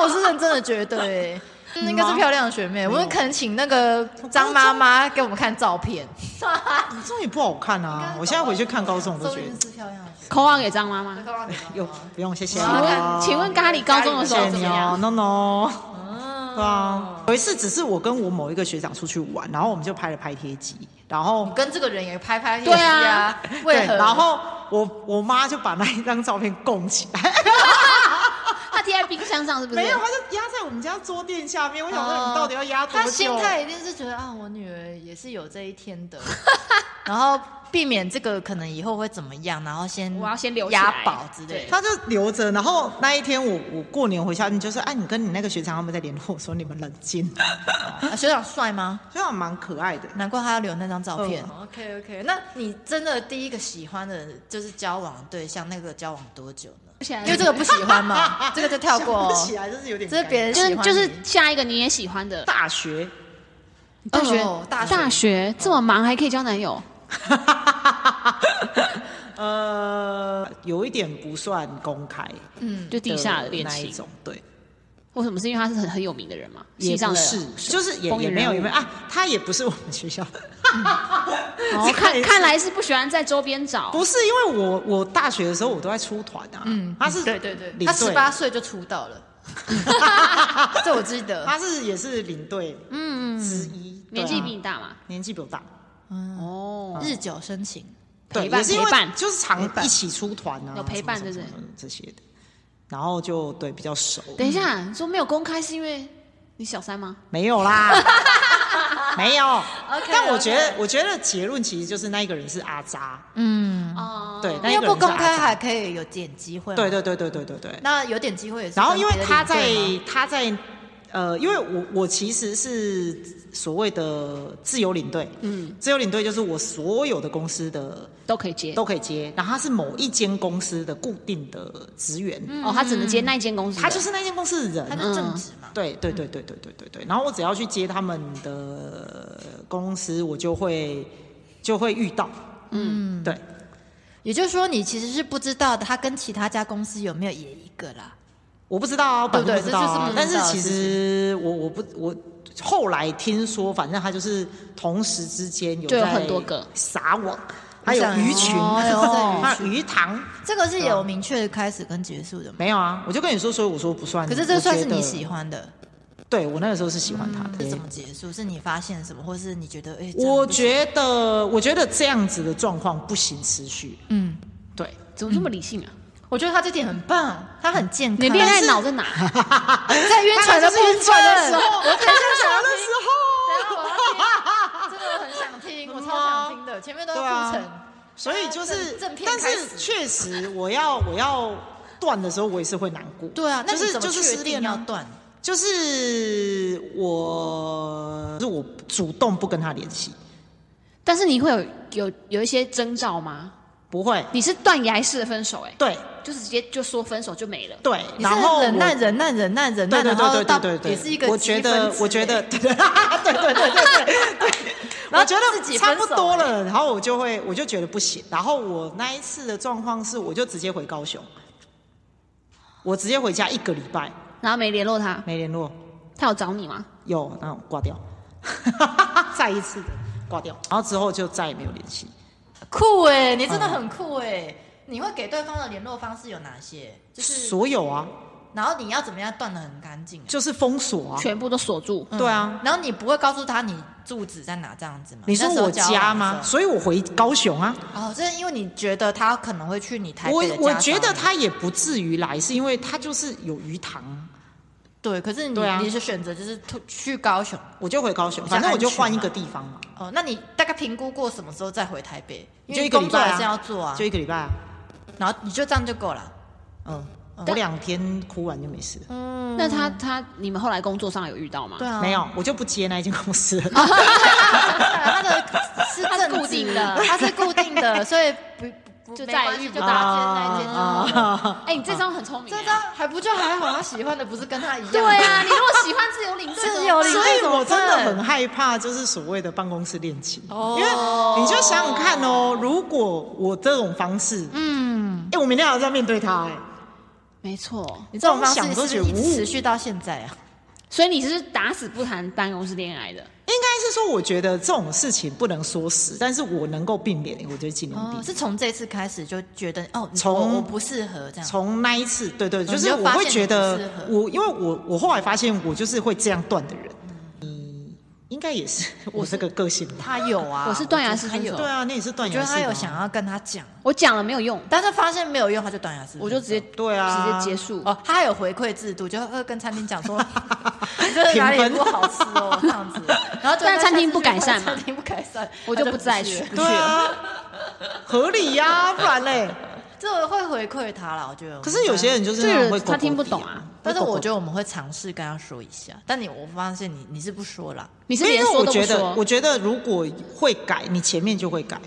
[SPEAKER 1] 我是认真的觉得、欸， 嗯应该是漂亮的学妹。我们可能请那个张妈妈给我们看照片。
[SPEAKER 3] 这种也不好看啊！我现在回去看高中，我都
[SPEAKER 1] 周
[SPEAKER 3] 觉
[SPEAKER 1] 韵
[SPEAKER 3] 得
[SPEAKER 1] 是漂亮的学
[SPEAKER 2] 口号给张妈妈
[SPEAKER 1] 妹。。 高中
[SPEAKER 3] 有不用谢谢
[SPEAKER 2] 请
[SPEAKER 3] 啊
[SPEAKER 2] 问，请问咖喱高中的时
[SPEAKER 3] 谢
[SPEAKER 2] 候
[SPEAKER 3] 谢
[SPEAKER 2] 怎
[SPEAKER 3] 你
[SPEAKER 2] 么
[SPEAKER 3] 哦
[SPEAKER 2] 样？
[SPEAKER 3] ，no no。
[SPEAKER 1] 嗯，
[SPEAKER 3] 对啊，有一次只是我跟我某一个学长出去玩，然后我们就拍了拍贴机，然后
[SPEAKER 1] 跟这个人也拍拍屁
[SPEAKER 2] 对
[SPEAKER 1] 屁
[SPEAKER 2] 啊
[SPEAKER 1] 啊，为何？
[SPEAKER 3] 对然后我我妈就把那一张照片供起来，
[SPEAKER 2] 他贴在冰箱上是不是？
[SPEAKER 3] 没有，她就压在我们家桌垫下面。我想说，
[SPEAKER 1] 哦
[SPEAKER 3] 你到底要压多
[SPEAKER 1] 他
[SPEAKER 3] 久？
[SPEAKER 1] 心态一定是觉得啊，我女儿也是有这一天 的，然后避免这个可能以后会怎么样，然后先
[SPEAKER 2] 我要先留起来
[SPEAKER 1] 押宝之类的。
[SPEAKER 3] 她就留着。然后那一天我我过年回家，你就说，哎，你跟你那个学长他们在联络，我说你们冷静。
[SPEAKER 1] 啊学长帅吗？
[SPEAKER 3] 学长蛮可爱的，
[SPEAKER 1] 难怪他要留那张照片。
[SPEAKER 3] 嗯
[SPEAKER 1] OK OK，那哦你真的第一个喜欢的就是交往对象，那个交往多久呢？
[SPEAKER 2] 而且
[SPEAKER 1] 因为这个不喜欢嘛，这个就跳过、
[SPEAKER 3] 想不
[SPEAKER 1] 哦
[SPEAKER 3] 起。来，就是有点尴尬。
[SPEAKER 1] 这是别人
[SPEAKER 2] 就
[SPEAKER 1] 喜
[SPEAKER 2] 是
[SPEAKER 1] 欢
[SPEAKER 2] 就是
[SPEAKER 1] 你
[SPEAKER 2] 下一个你也喜欢的
[SPEAKER 3] 大学，
[SPEAKER 1] 大学
[SPEAKER 2] 哦
[SPEAKER 1] 大学
[SPEAKER 2] 大学这么忙还可以交男友，
[SPEAKER 3] 呃，有一点不算公开
[SPEAKER 1] 嗯，
[SPEAKER 2] 就地下的恋
[SPEAKER 3] 那一
[SPEAKER 2] 情。
[SPEAKER 3] 种，对。
[SPEAKER 2] 为什么？是因为他是很很有名的人嘛？
[SPEAKER 3] 也
[SPEAKER 2] 系上
[SPEAKER 3] 不
[SPEAKER 2] 的
[SPEAKER 3] 是，就是也
[SPEAKER 2] 风云
[SPEAKER 3] 也没有
[SPEAKER 2] 人物
[SPEAKER 3] 也没有啊，他也不是我们学校的，
[SPEAKER 2] 哦，
[SPEAKER 3] 这个
[SPEAKER 2] 看
[SPEAKER 3] 也是
[SPEAKER 2] 看来是不喜欢在周边找。
[SPEAKER 3] 不是因为我我大学的时候我都在出团啊，
[SPEAKER 1] 嗯，
[SPEAKER 3] 他是
[SPEAKER 1] 对对对，
[SPEAKER 3] 领
[SPEAKER 1] 他
[SPEAKER 3] 队
[SPEAKER 1] 十八，岁就出道 了，这我记 得。
[SPEAKER 3] 他是也是领队
[SPEAKER 2] 嗯，
[SPEAKER 3] 之一，对啊
[SPEAKER 2] 年纪比你大嘛？
[SPEAKER 3] 年纪比我大，
[SPEAKER 1] 嗯，
[SPEAKER 2] 哦，
[SPEAKER 1] 日久生情。
[SPEAKER 3] 对，
[SPEAKER 2] 陪伴
[SPEAKER 3] 也是因为
[SPEAKER 2] 陪伴
[SPEAKER 3] 就
[SPEAKER 1] 陪
[SPEAKER 3] 是常
[SPEAKER 1] 伴
[SPEAKER 3] 一起出团啊，
[SPEAKER 2] 有陪伴
[SPEAKER 3] 什么什么
[SPEAKER 2] 对不
[SPEAKER 3] 什么这些的，然后就对比较熟，
[SPEAKER 2] 等一下，
[SPEAKER 3] 嗯
[SPEAKER 2] 你说没有公开是因为你小三吗？
[SPEAKER 3] 没有 啦。没有
[SPEAKER 1] OK，
[SPEAKER 3] 但我觉得，我觉得结论其实就是那一个人是阿渣，
[SPEAKER 1] 嗯，
[SPEAKER 2] 哦，
[SPEAKER 3] 对，那一
[SPEAKER 1] 因为
[SPEAKER 3] 个人
[SPEAKER 1] 不
[SPEAKER 3] 是
[SPEAKER 1] 公
[SPEAKER 3] 阿
[SPEAKER 1] 开
[SPEAKER 3] 渣
[SPEAKER 1] 还可以有点机会。
[SPEAKER 3] 对，对对对对对对。
[SPEAKER 1] 那有点机会也是跟
[SPEAKER 3] 然
[SPEAKER 1] 别
[SPEAKER 3] 后
[SPEAKER 1] 的领队
[SPEAKER 3] 因为
[SPEAKER 1] 吗。
[SPEAKER 3] 他在嗯他在呃，因为我我其实是所谓的自由领队，
[SPEAKER 2] 嗯，
[SPEAKER 3] 自由领队就是我所有的公司的
[SPEAKER 2] 都可以接。
[SPEAKER 3] 都可以接，然后他是某一间公司的固定的职员，
[SPEAKER 2] 哦，他只能接那一间公司的，
[SPEAKER 3] 他就是那间公司的
[SPEAKER 1] 他
[SPEAKER 3] 人。啊
[SPEAKER 1] 是正职嘛，
[SPEAKER 3] 对对对对对对对对，然后我只要去接他们的公司，我就会就会遇到，嗯，对，
[SPEAKER 1] 也就是说你其实是不知道的，他跟其他家公司有没有也一个啦。
[SPEAKER 3] 我不知道啊，我本来
[SPEAKER 1] 对不
[SPEAKER 3] 不
[SPEAKER 1] 对
[SPEAKER 3] 知道啊。
[SPEAKER 1] 这
[SPEAKER 3] 但
[SPEAKER 1] 就是不知道
[SPEAKER 3] 是
[SPEAKER 1] 的
[SPEAKER 3] 其实我我不我后来听说，反正他就是同时之间有
[SPEAKER 2] 就有
[SPEAKER 3] 在
[SPEAKER 2] 很多个
[SPEAKER 3] 撒网，还有
[SPEAKER 1] 我想
[SPEAKER 3] 鱼群，
[SPEAKER 1] 哦哎呦
[SPEAKER 3] 还有鱼塘。
[SPEAKER 1] 这个是有明确的开始跟结束的嘛？
[SPEAKER 3] 没有啊，我就跟你说，所以我说不算。
[SPEAKER 1] 可是这算是你喜
[SPEAKER 3] 欢？
[SPEAKER 1] 欢的，
[SPEAKER 3] 对我那个时候是喜欢他的。
[SPEAKER 1] 是怎么结束？是你发现什么，或是你觉得哎？这样
[SPEAKER 3] 我
[SPEAKER 1] 不行
[SPEAKER 3] 觉得，我觉得这样子的状况不行持续。
[SPEAKER 1] 嗯，
[SPEAKER 3] 对，
[SPEAKER 2] 怎么这么理性啊？
[SPEAKER 1] 我觉得他这点很棒，他很健
[SPEAKER 3] 嗯
[SPEAKER 1] 康。
[SPEAKER 2] 你的恋爱脑在哪？
[SPEAKER 1] 在晕船的部
[SPEAKER 3] 当然就是晕船的
[SPEAKER 1] 分，
[SPEAKER 3] 时候，我想想的时候。
[SPEAKER 1] 真的我很想听，我超想听的，前面都要
[SPEAKER 3] 对啊
[SPEAKER 1] 铺陈。
[SPEAKER 3] 所以就是
[SPEAKER 1] 正正，片
[SPEAKER 3] 但
[SPEAKER 1] 开始
[SPEAKER 3] 是确实，我要我要断的时候，我也是会难过。
[SPEAKER 1] 对啊，那
[SPEAKER 3] 就
[SPEAKER 1] 你
[SPEAKER 3] 是
[SPEAKER 1] 怎么
[SPEAKER 3] 就是
[SPEAKER 1] 确
[SPEAKER 3] 失
[SPEAKER 1] 定
[SPEAKER 3] 恋
[SPEAKER 1] 要
[SPEAKER 3] 啊，
[SPEAKER 1] 断？
[SPEAKER 3] 就是我，就是我主动不跟他联系。
[SPEAKER 2] 但是你会有有有一些征兆吗？
[SPEAKER 3] 不会，
[SPEAKER 2] 你是断崖式的分手、哎，
[SPEAKER 3] 对
[SPEAKER 2] 就是直接就说分手就没了。
[SPEAKER 3] 对，
[SPEAKER 1] 你是
[SPEAKER 3] 然后
[SPEAKER 1] 忍耐
[SPEAKER 3] 我
[SPEAKER 1] 忍耐忍耐忍耐，
[SPEAKER 3] 对对
[SPEAKER 1] 然后
[SPEAKER 3] 对对
[SPEAKER 1] 到
[SPEAKER 3] 对对对，
[SPEAKER 1] 也是一个
[SPEAKER 3] 我觉得
[SPEAKER 1] 积分欸制
[SPEAKER 3] 我觉得对对 对对对对，
[SPEAKER 1] 然
[SPEAKER 3] 我
[SPEAKER 1] 后
[SPEAKER 3] 觉
[SPEAKER 1] 自己
[SPEAKER 3] 得差
[SPEAKER 1] 分
[SPEAKER 3] 不
[SPEAKER 1] 手
[SPEAKER 3] 多
[SPEAKER 1] 了
[SPEAKER 3] 了，然后我就会我就觉得不行，然后我那一次的状况是，我就直接回高雄，我直接回家一个礼拜
[SPEAKER 2] 然后没联络他，
[SPEAKER 3] 没联络，
[SPEAKER 2] 他有找你吗？
[SPEAKER 3] 有那种挂掉， 再一次的挂掉，然后之后就再也没有联系。
[SPEAKER 1] 酷哎、你
[SPEAKER 3] 嗯
[SPEAKER 1] 真的很酷哎、你会给对方的联络方式有哪些？就是，
[SPEAKER 3] 所有啊，
[SPEAKER 1] 然后你要怎么样断的很干净、
[SPEAKER 3] 就是封锁啊，
[SPEAKER 2] 全部都锁住。
[SPEAKER 1] 嗯
[SPEAKER 3] 对啊。
[SPEAKER 1] 然后你不会告诉他你住址在哪这样子吗？
[SPEAKER 3] 你说
[SPEAKER 1] 那时候
[SPEAKER 3] 我
[SPEAKER 1] 交往
[SPEAKER 3] 家
[SPEAKER 1] 的
[SPEAKER 3] 吗？
[SPEAKER 1] 时
[SPEAKER 3] 所以我回高雄啊。
[SPEAKER 1] 候？哦，这是因为你觉得他可能会去你台
[SPEAKER 3] 我
[SPEAKER 1] 北的
[SPEAKER 3] 我
[SPEAKER 1] 家
[SPEAKER 3] 觉
[SPEAKER 1] 找
[SPEAKER 3] 得
[SPEAKER 1] 你
[SPEAKER 3] 他也不至于来，是因为他就是有鱼塘啊，
[SPEAKER 1] 对，可是你、
[SPEAKER 3] 对啊
[SPEAKER 1] 你是选择就是突去高雄
[SPEAKER 3] 我就回高雄，
[SPEAKER 1] 比较
[SPEAKER 3] 反正我就
[SPEAKER 1] 安全
[SPEAKER 3] 换一
[SPEAKER 1] 嘛
[SPEAKER 3] 个地方嘛，
[SPEAKER 1] 哦，那你大概评估过什么时候再回台北？因
[SPEAKER 3] 就
[SPEAKER 1] 为你
[SPEAKER 3] 一个礼
[SPEAKER 1] 工作
[SPEAKER 3] 拜
[SPEAKER 1] 还
[SPEAKER 3] 啊
[SPEAKER 1] 是要做啊，
[SPEAKER 3] 就一个礼拜啊。
[SPEAKER 1] 然后你就这样就够了。
[SPEAKER 3] 嗯，我
[SPEAKER 1] 但
[SPEAKER 3] 两天哭完就没事了。
[SPEAKER 1] 嗯
[SPEAKER 2] 那他他你们后来工作上有遇到吗？
[SPEAKER 1] 对啊，
[SPEAKER 3] 没有，我就不接那一间公司了。
[SPEAKER 1] 他的是
[SPEAKER 2] 它是
[SPEAKER 1] 正
[SPEAKER 2] 固
[SPEAKER 1] 职
[SPEAKER 2] 定的
[SPEAKER 1] 它是固定的，所以不不
[SPEAKER 2] 就
[SPEAKER 1] 没
[SPEAKER 2] 再
[SPEAKER 1] 关
[SPEAKER 2] 遇
[SPEAKER 1] 系
[SPEAKER 2] 不
[SPEAKER 1] 不
[SPEAKER 2] 到
[SPEAKER 1] 搭建那一
[SPEAKER 3] 啊
[SPEAKER 1] 件就好了。
[SPEAKER 3] 啊！
[SPEAKER 2] 哎、你这招很聪明、
[SPEAKER 1] 这
[SPEAKER 2] 哎
[SPEAKER 1] 张还不就还好，他喜欢的不是跟他一样。
[SPEAKER 2] 对啊，你如果喜欢自由领队，
[SPEAKER 1] 自
[SPEAKER 2] 怎么
[SPEAKER 1] 由领
[SPEAKER 2] 办
[SPEAKER 1] 队
[SPEAKER 3] 所以我真的
[SPEAKER 1] 怎么
[SPEAKER 3] 很
[SPEAKER 1] 办
[SPEAKER 3] 害怕，就是所谓的办公室恋情，
[SPEAKER 1] 哦
[SPEAKER 3] 因为你就想想看哦，如果我这种方式，
[SPEAKER 1] 嗯，
[SPEAKER 3] 哎，我明天还要再面对他，哎，
[SPEAKER 2] 没错，
[SPEAKER 1] 你这种方式
[SPEAKER 3] 光想
[SPEAKER 1] 是
[SPEAKER 3] 都
[SPEAKER 1] 不
[SPEAKER 3] 觉
[SPEAKER 1] 是
[SPEAKER 3] 得
[SPEAKER 1] 一直持续到现在啊？
[SPEAKER 2] 所以你是打死不谈办公室恋爱的。
[SPEAKER 3] 应该是说，我觉得这种事情不能说死，但是我能够避免，我就尽量避
[SPEAKER 1] 哦
[SPEAKER 3] 免，。
[SPEAKER 1] 是从这次开始就觉得哦，
[SPEAKER 3] 从
[SPEAKER 1] 我我不适合这样。
[SPEAKER 3] 从那一次，对对，
[SPEAKER 1] 嗯
[SPEAKER 3] 就是
[SPEAKER 1] 你就
[SPEAKER 3] 我
[SPEAKER 1] 发
[SPEAKER 3] 会
[SPEAKER 1] 现
[SPEAKER 3] 觉
[SPEAKER 1] 你不
[SPEAKER 3] 得
[SPEAKER 1] 适合
[SPEAKER 3] 我，因为我我后来发现我就是会这样断的人，你应该也是我这个个性吧？
[SPEAKER 1] 他有啊，
[SPEAKER 2] 我是断崖式
[SPEAKER 1] 我觉得他
[SPEAKER 2] 分
[SPEAKER 1] 有
[SPEAKER 2] 手
[SPEAKER 3] 对啊，那也是断
[SPEAKER 1] 我
[SPEAKER 3] 崖
[SPEAKER 1] 觉
[SPEAKER 3] 式
[SPEAKER 1] 得
[SPEAKER 3] 的啊。
[SPEAKER 1] 他有想要跟他讲，
[SPEAKER 2] 我讲了没有用，
[SPEAKER 1] 但是发现没有用，他就断崖式分手，
[SPEAKER 2] 我就直接
[SPEAKER 3] 对啊，
[SPEAKER 2] 直接结束。
[SPEAKER 1] 哦，他还有回馈制度，就会跟餐厅讲说，这哪里
[SPEAKER 3] 评分
[SPEAKER 1] 不好吃哦，这样子。 然后就
[SPEAKER 2] 但是餐厅不改善嘛
[SPEAKER 1] 嘛，餐厅不改善，
[SPEAKER 2] 我就
[SPEAKER 1] 他
[SPEAKER 2] 不再
[SPEAKER 1] 去
[SPEAKER 2] 去
[SPEAKER 1] 了。
[SPEAKER 2] 不去
[SPEAKER 3] 对
[SPEAKER 2] 了。
[SPEAKER 3] 啊，合理呀、不然嘞。
[SPEAKER 1] 这个会回馈他啦，我觉得。
[SPEAKER 3] 可是有些，人就
[SPEAKER 1] 啊
[SPEAKER 3] 是
[SPEAKER 2] 这个
[SPEAKER 3] 那种
[SPEAKER 2] 人
[SPEAKER 3] 会
[SPEAKER 2] 他
[SPEAKER 3] 狗狗
[SPEAKER 2] 听不
[SPEAKER 3] 地
[SPEAKER 2] 懂啊，
[SPEAKER 1] 但是我觉
[SPEAKER 3] 得。
[SPEAKER 1] 得我们会尝试跟他说一下。但你我发现你你是不说啦，
[SPEAKER 2] 你是
[SPEAKER 3] 因为
[SPEAKER 2] 连说
[SPEAKER 3] 我
[SPEAKER 2] 都不
[SPEAKER 3] 觉得，我
[SPEAKER 2] 说
[SPEAKER 3] 觉得如果会改，你前面就会改了。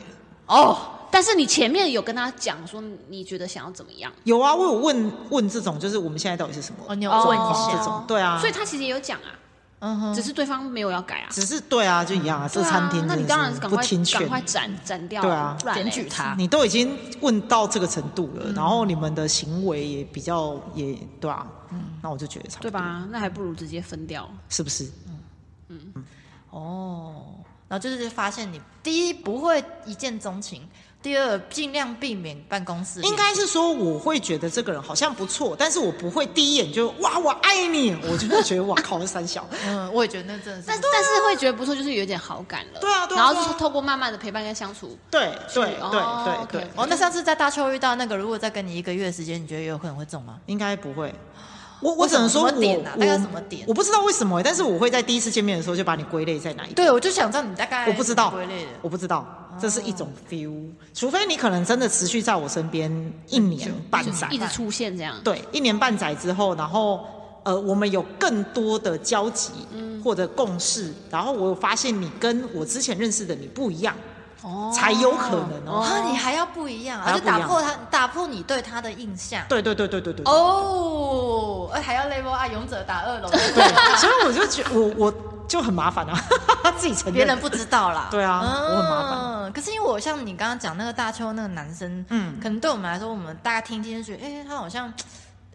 [SPEAKER 2] 哦，但是你前面有跟他讲说你觉得想要怎么样，
[SPEAKER 3] 有啊，我有问问这种，就是我们现在到底是什么？
[SPEAKER 1] 哦，你有
[SPEAKER 2] 哦
[SPEAKER 1] 问
[SPEAKER 3] 哦
[SPEAKER 1] 一
[SPEAKER 3] 这
[SPEAKER 1] 下，
[SPEAKER 3] 种对啊，
[SPEAKER 2] 所以他其实也有讲啊，
[SPEAKER 1] 嗯哼，
[SPEAKER 2] 只是对方没有要改啊。
[SPEAKER 3] 只是对啊，就一样啊，这
[SPEAKER 2] 对
[SPEAKER 3] 餐厅
[SPEAKER 2] 啊，那
[SPEAKER 3] 真
[SPEAKER 2] 你
[SPEAKER 3] 的
[SPEAKER 2] 当然是
[SPEAKER 3] 是
[SPEAKER 2] 赶
[SPEAKER 3] 不
[SPEAKER 2] 快
[SPEAKER 3] 听
[SPEAKER 2] 赶
[SPEAKER 3] 劝，
[SPEAKER 2] 快斩斩掉，
[SPEAKER 3] 对啊
[SPEAKER 2] 不然嘞
[SPEAKER 1] 检举他。
[SPEAKER 3] 你都已经问到这个程度了，然后你们的行为也比较也对啊，那我就觉得差不
[SPEAKER 2] 对
[SPEAKER 3] 多，
[SPEAKER 2] 吧？那还不如直接分掉。
[SPEAKER 3] 是不是？
[SPEAKER 1] 哦，然后就是发现你第一不会一见钟情，第二尽量避免办公室恋
[SPEAKER 3] 应该是说我会觉得这个人好像不错，但是我不会第一眼就哇我爱你，我就会觉得哇靠这三小，
[SPEAKER 1] 嗯，我也觉得那真的是
[SPEAKER 2] 但但是会觉得不错，就是有点好感了。
[SPEAKER 3] 对啊对啊
[SPEAKER 2] 然后
[SPEAKER 3] 对啊
[SPEAKER 2] 就是透过慢慢的陪伴跟相处，
[SPEAKER 3] 对对
[SPEAKER 2] 哦
[SPEAKER 3] 对对
[SPEAKER 2] OK，OK
[SPEAKER 3] 对，
[SPEAKER 1] 哦，那上次在大邱遇到那个，如果再跟你一个月的时间，你觉得有可能会中吗？
[SPEAKER 3] 应该不会。我我
[SPEAKER 1] 为
[SPEAKER 3] 只
[SPEAKER 1] 什么
[SPEAKER 3] 能说我
[SPEAKER 1] 什么点啊
[SPEAKER 3] 我
[SPEAKER 1] 大概什么点
[SPEAKER 3] 我不知道为什么欸，但是我会在第一次见面的时候就把你归类在哪一个
[SPEAKER 1] 对，我就想知道你大概
[SPEAKER 3] 我不知道
[SPEAKER 1] 归类的，啊
[SPEAKER 3] 我不知道，这是一种 feel。除非你可能真的持续在我身边一年半载
[SPEAKER 2] 一，直出现这样。
[SPEAKER 3] 对，一年半载之后，然后呃，我们有更多的交集
[SPEAKER 1] 嗯
[SPEAKER 3] 或者共识，然后我有发现你跟我之前认识的你不一样，
[SPEAKER 2] 哦
[SPEAKER 3] 才有可能哦
[SPEAKER 1] 啊，你还要不一样
[SPEAKER 3] 还
[SPEAKER 1] 啊，
[SPEAKER 3] 要
[SPEAKER 1] 就
[SPEAKER 3] 不一样
[SPEAKER 1] 打破他打破你对他的印象。
[SPEAKER 3] 对对对对对对。对
[SPEAKER 1] 哦，哎，还要 level 啊，勇者打 二楼，
[SPEAKER 3] 对，所以我就觉我我就很麻烦啊， 自己承
[SPEAKER 1] 别
[SPEAKER 3] 认
[SPEAKER 1] 人不知道啦。
[SPEAKER 3] 对啊我很麻
[SPEAKER 1] 烦。可是因为我像你刚刚讲那个大邱那个男生，
[SPEAKER 3] 嗯
[SPEAKER 1] 嗯，可能对我们来说，我们大概听听就觉得，哎，他好像，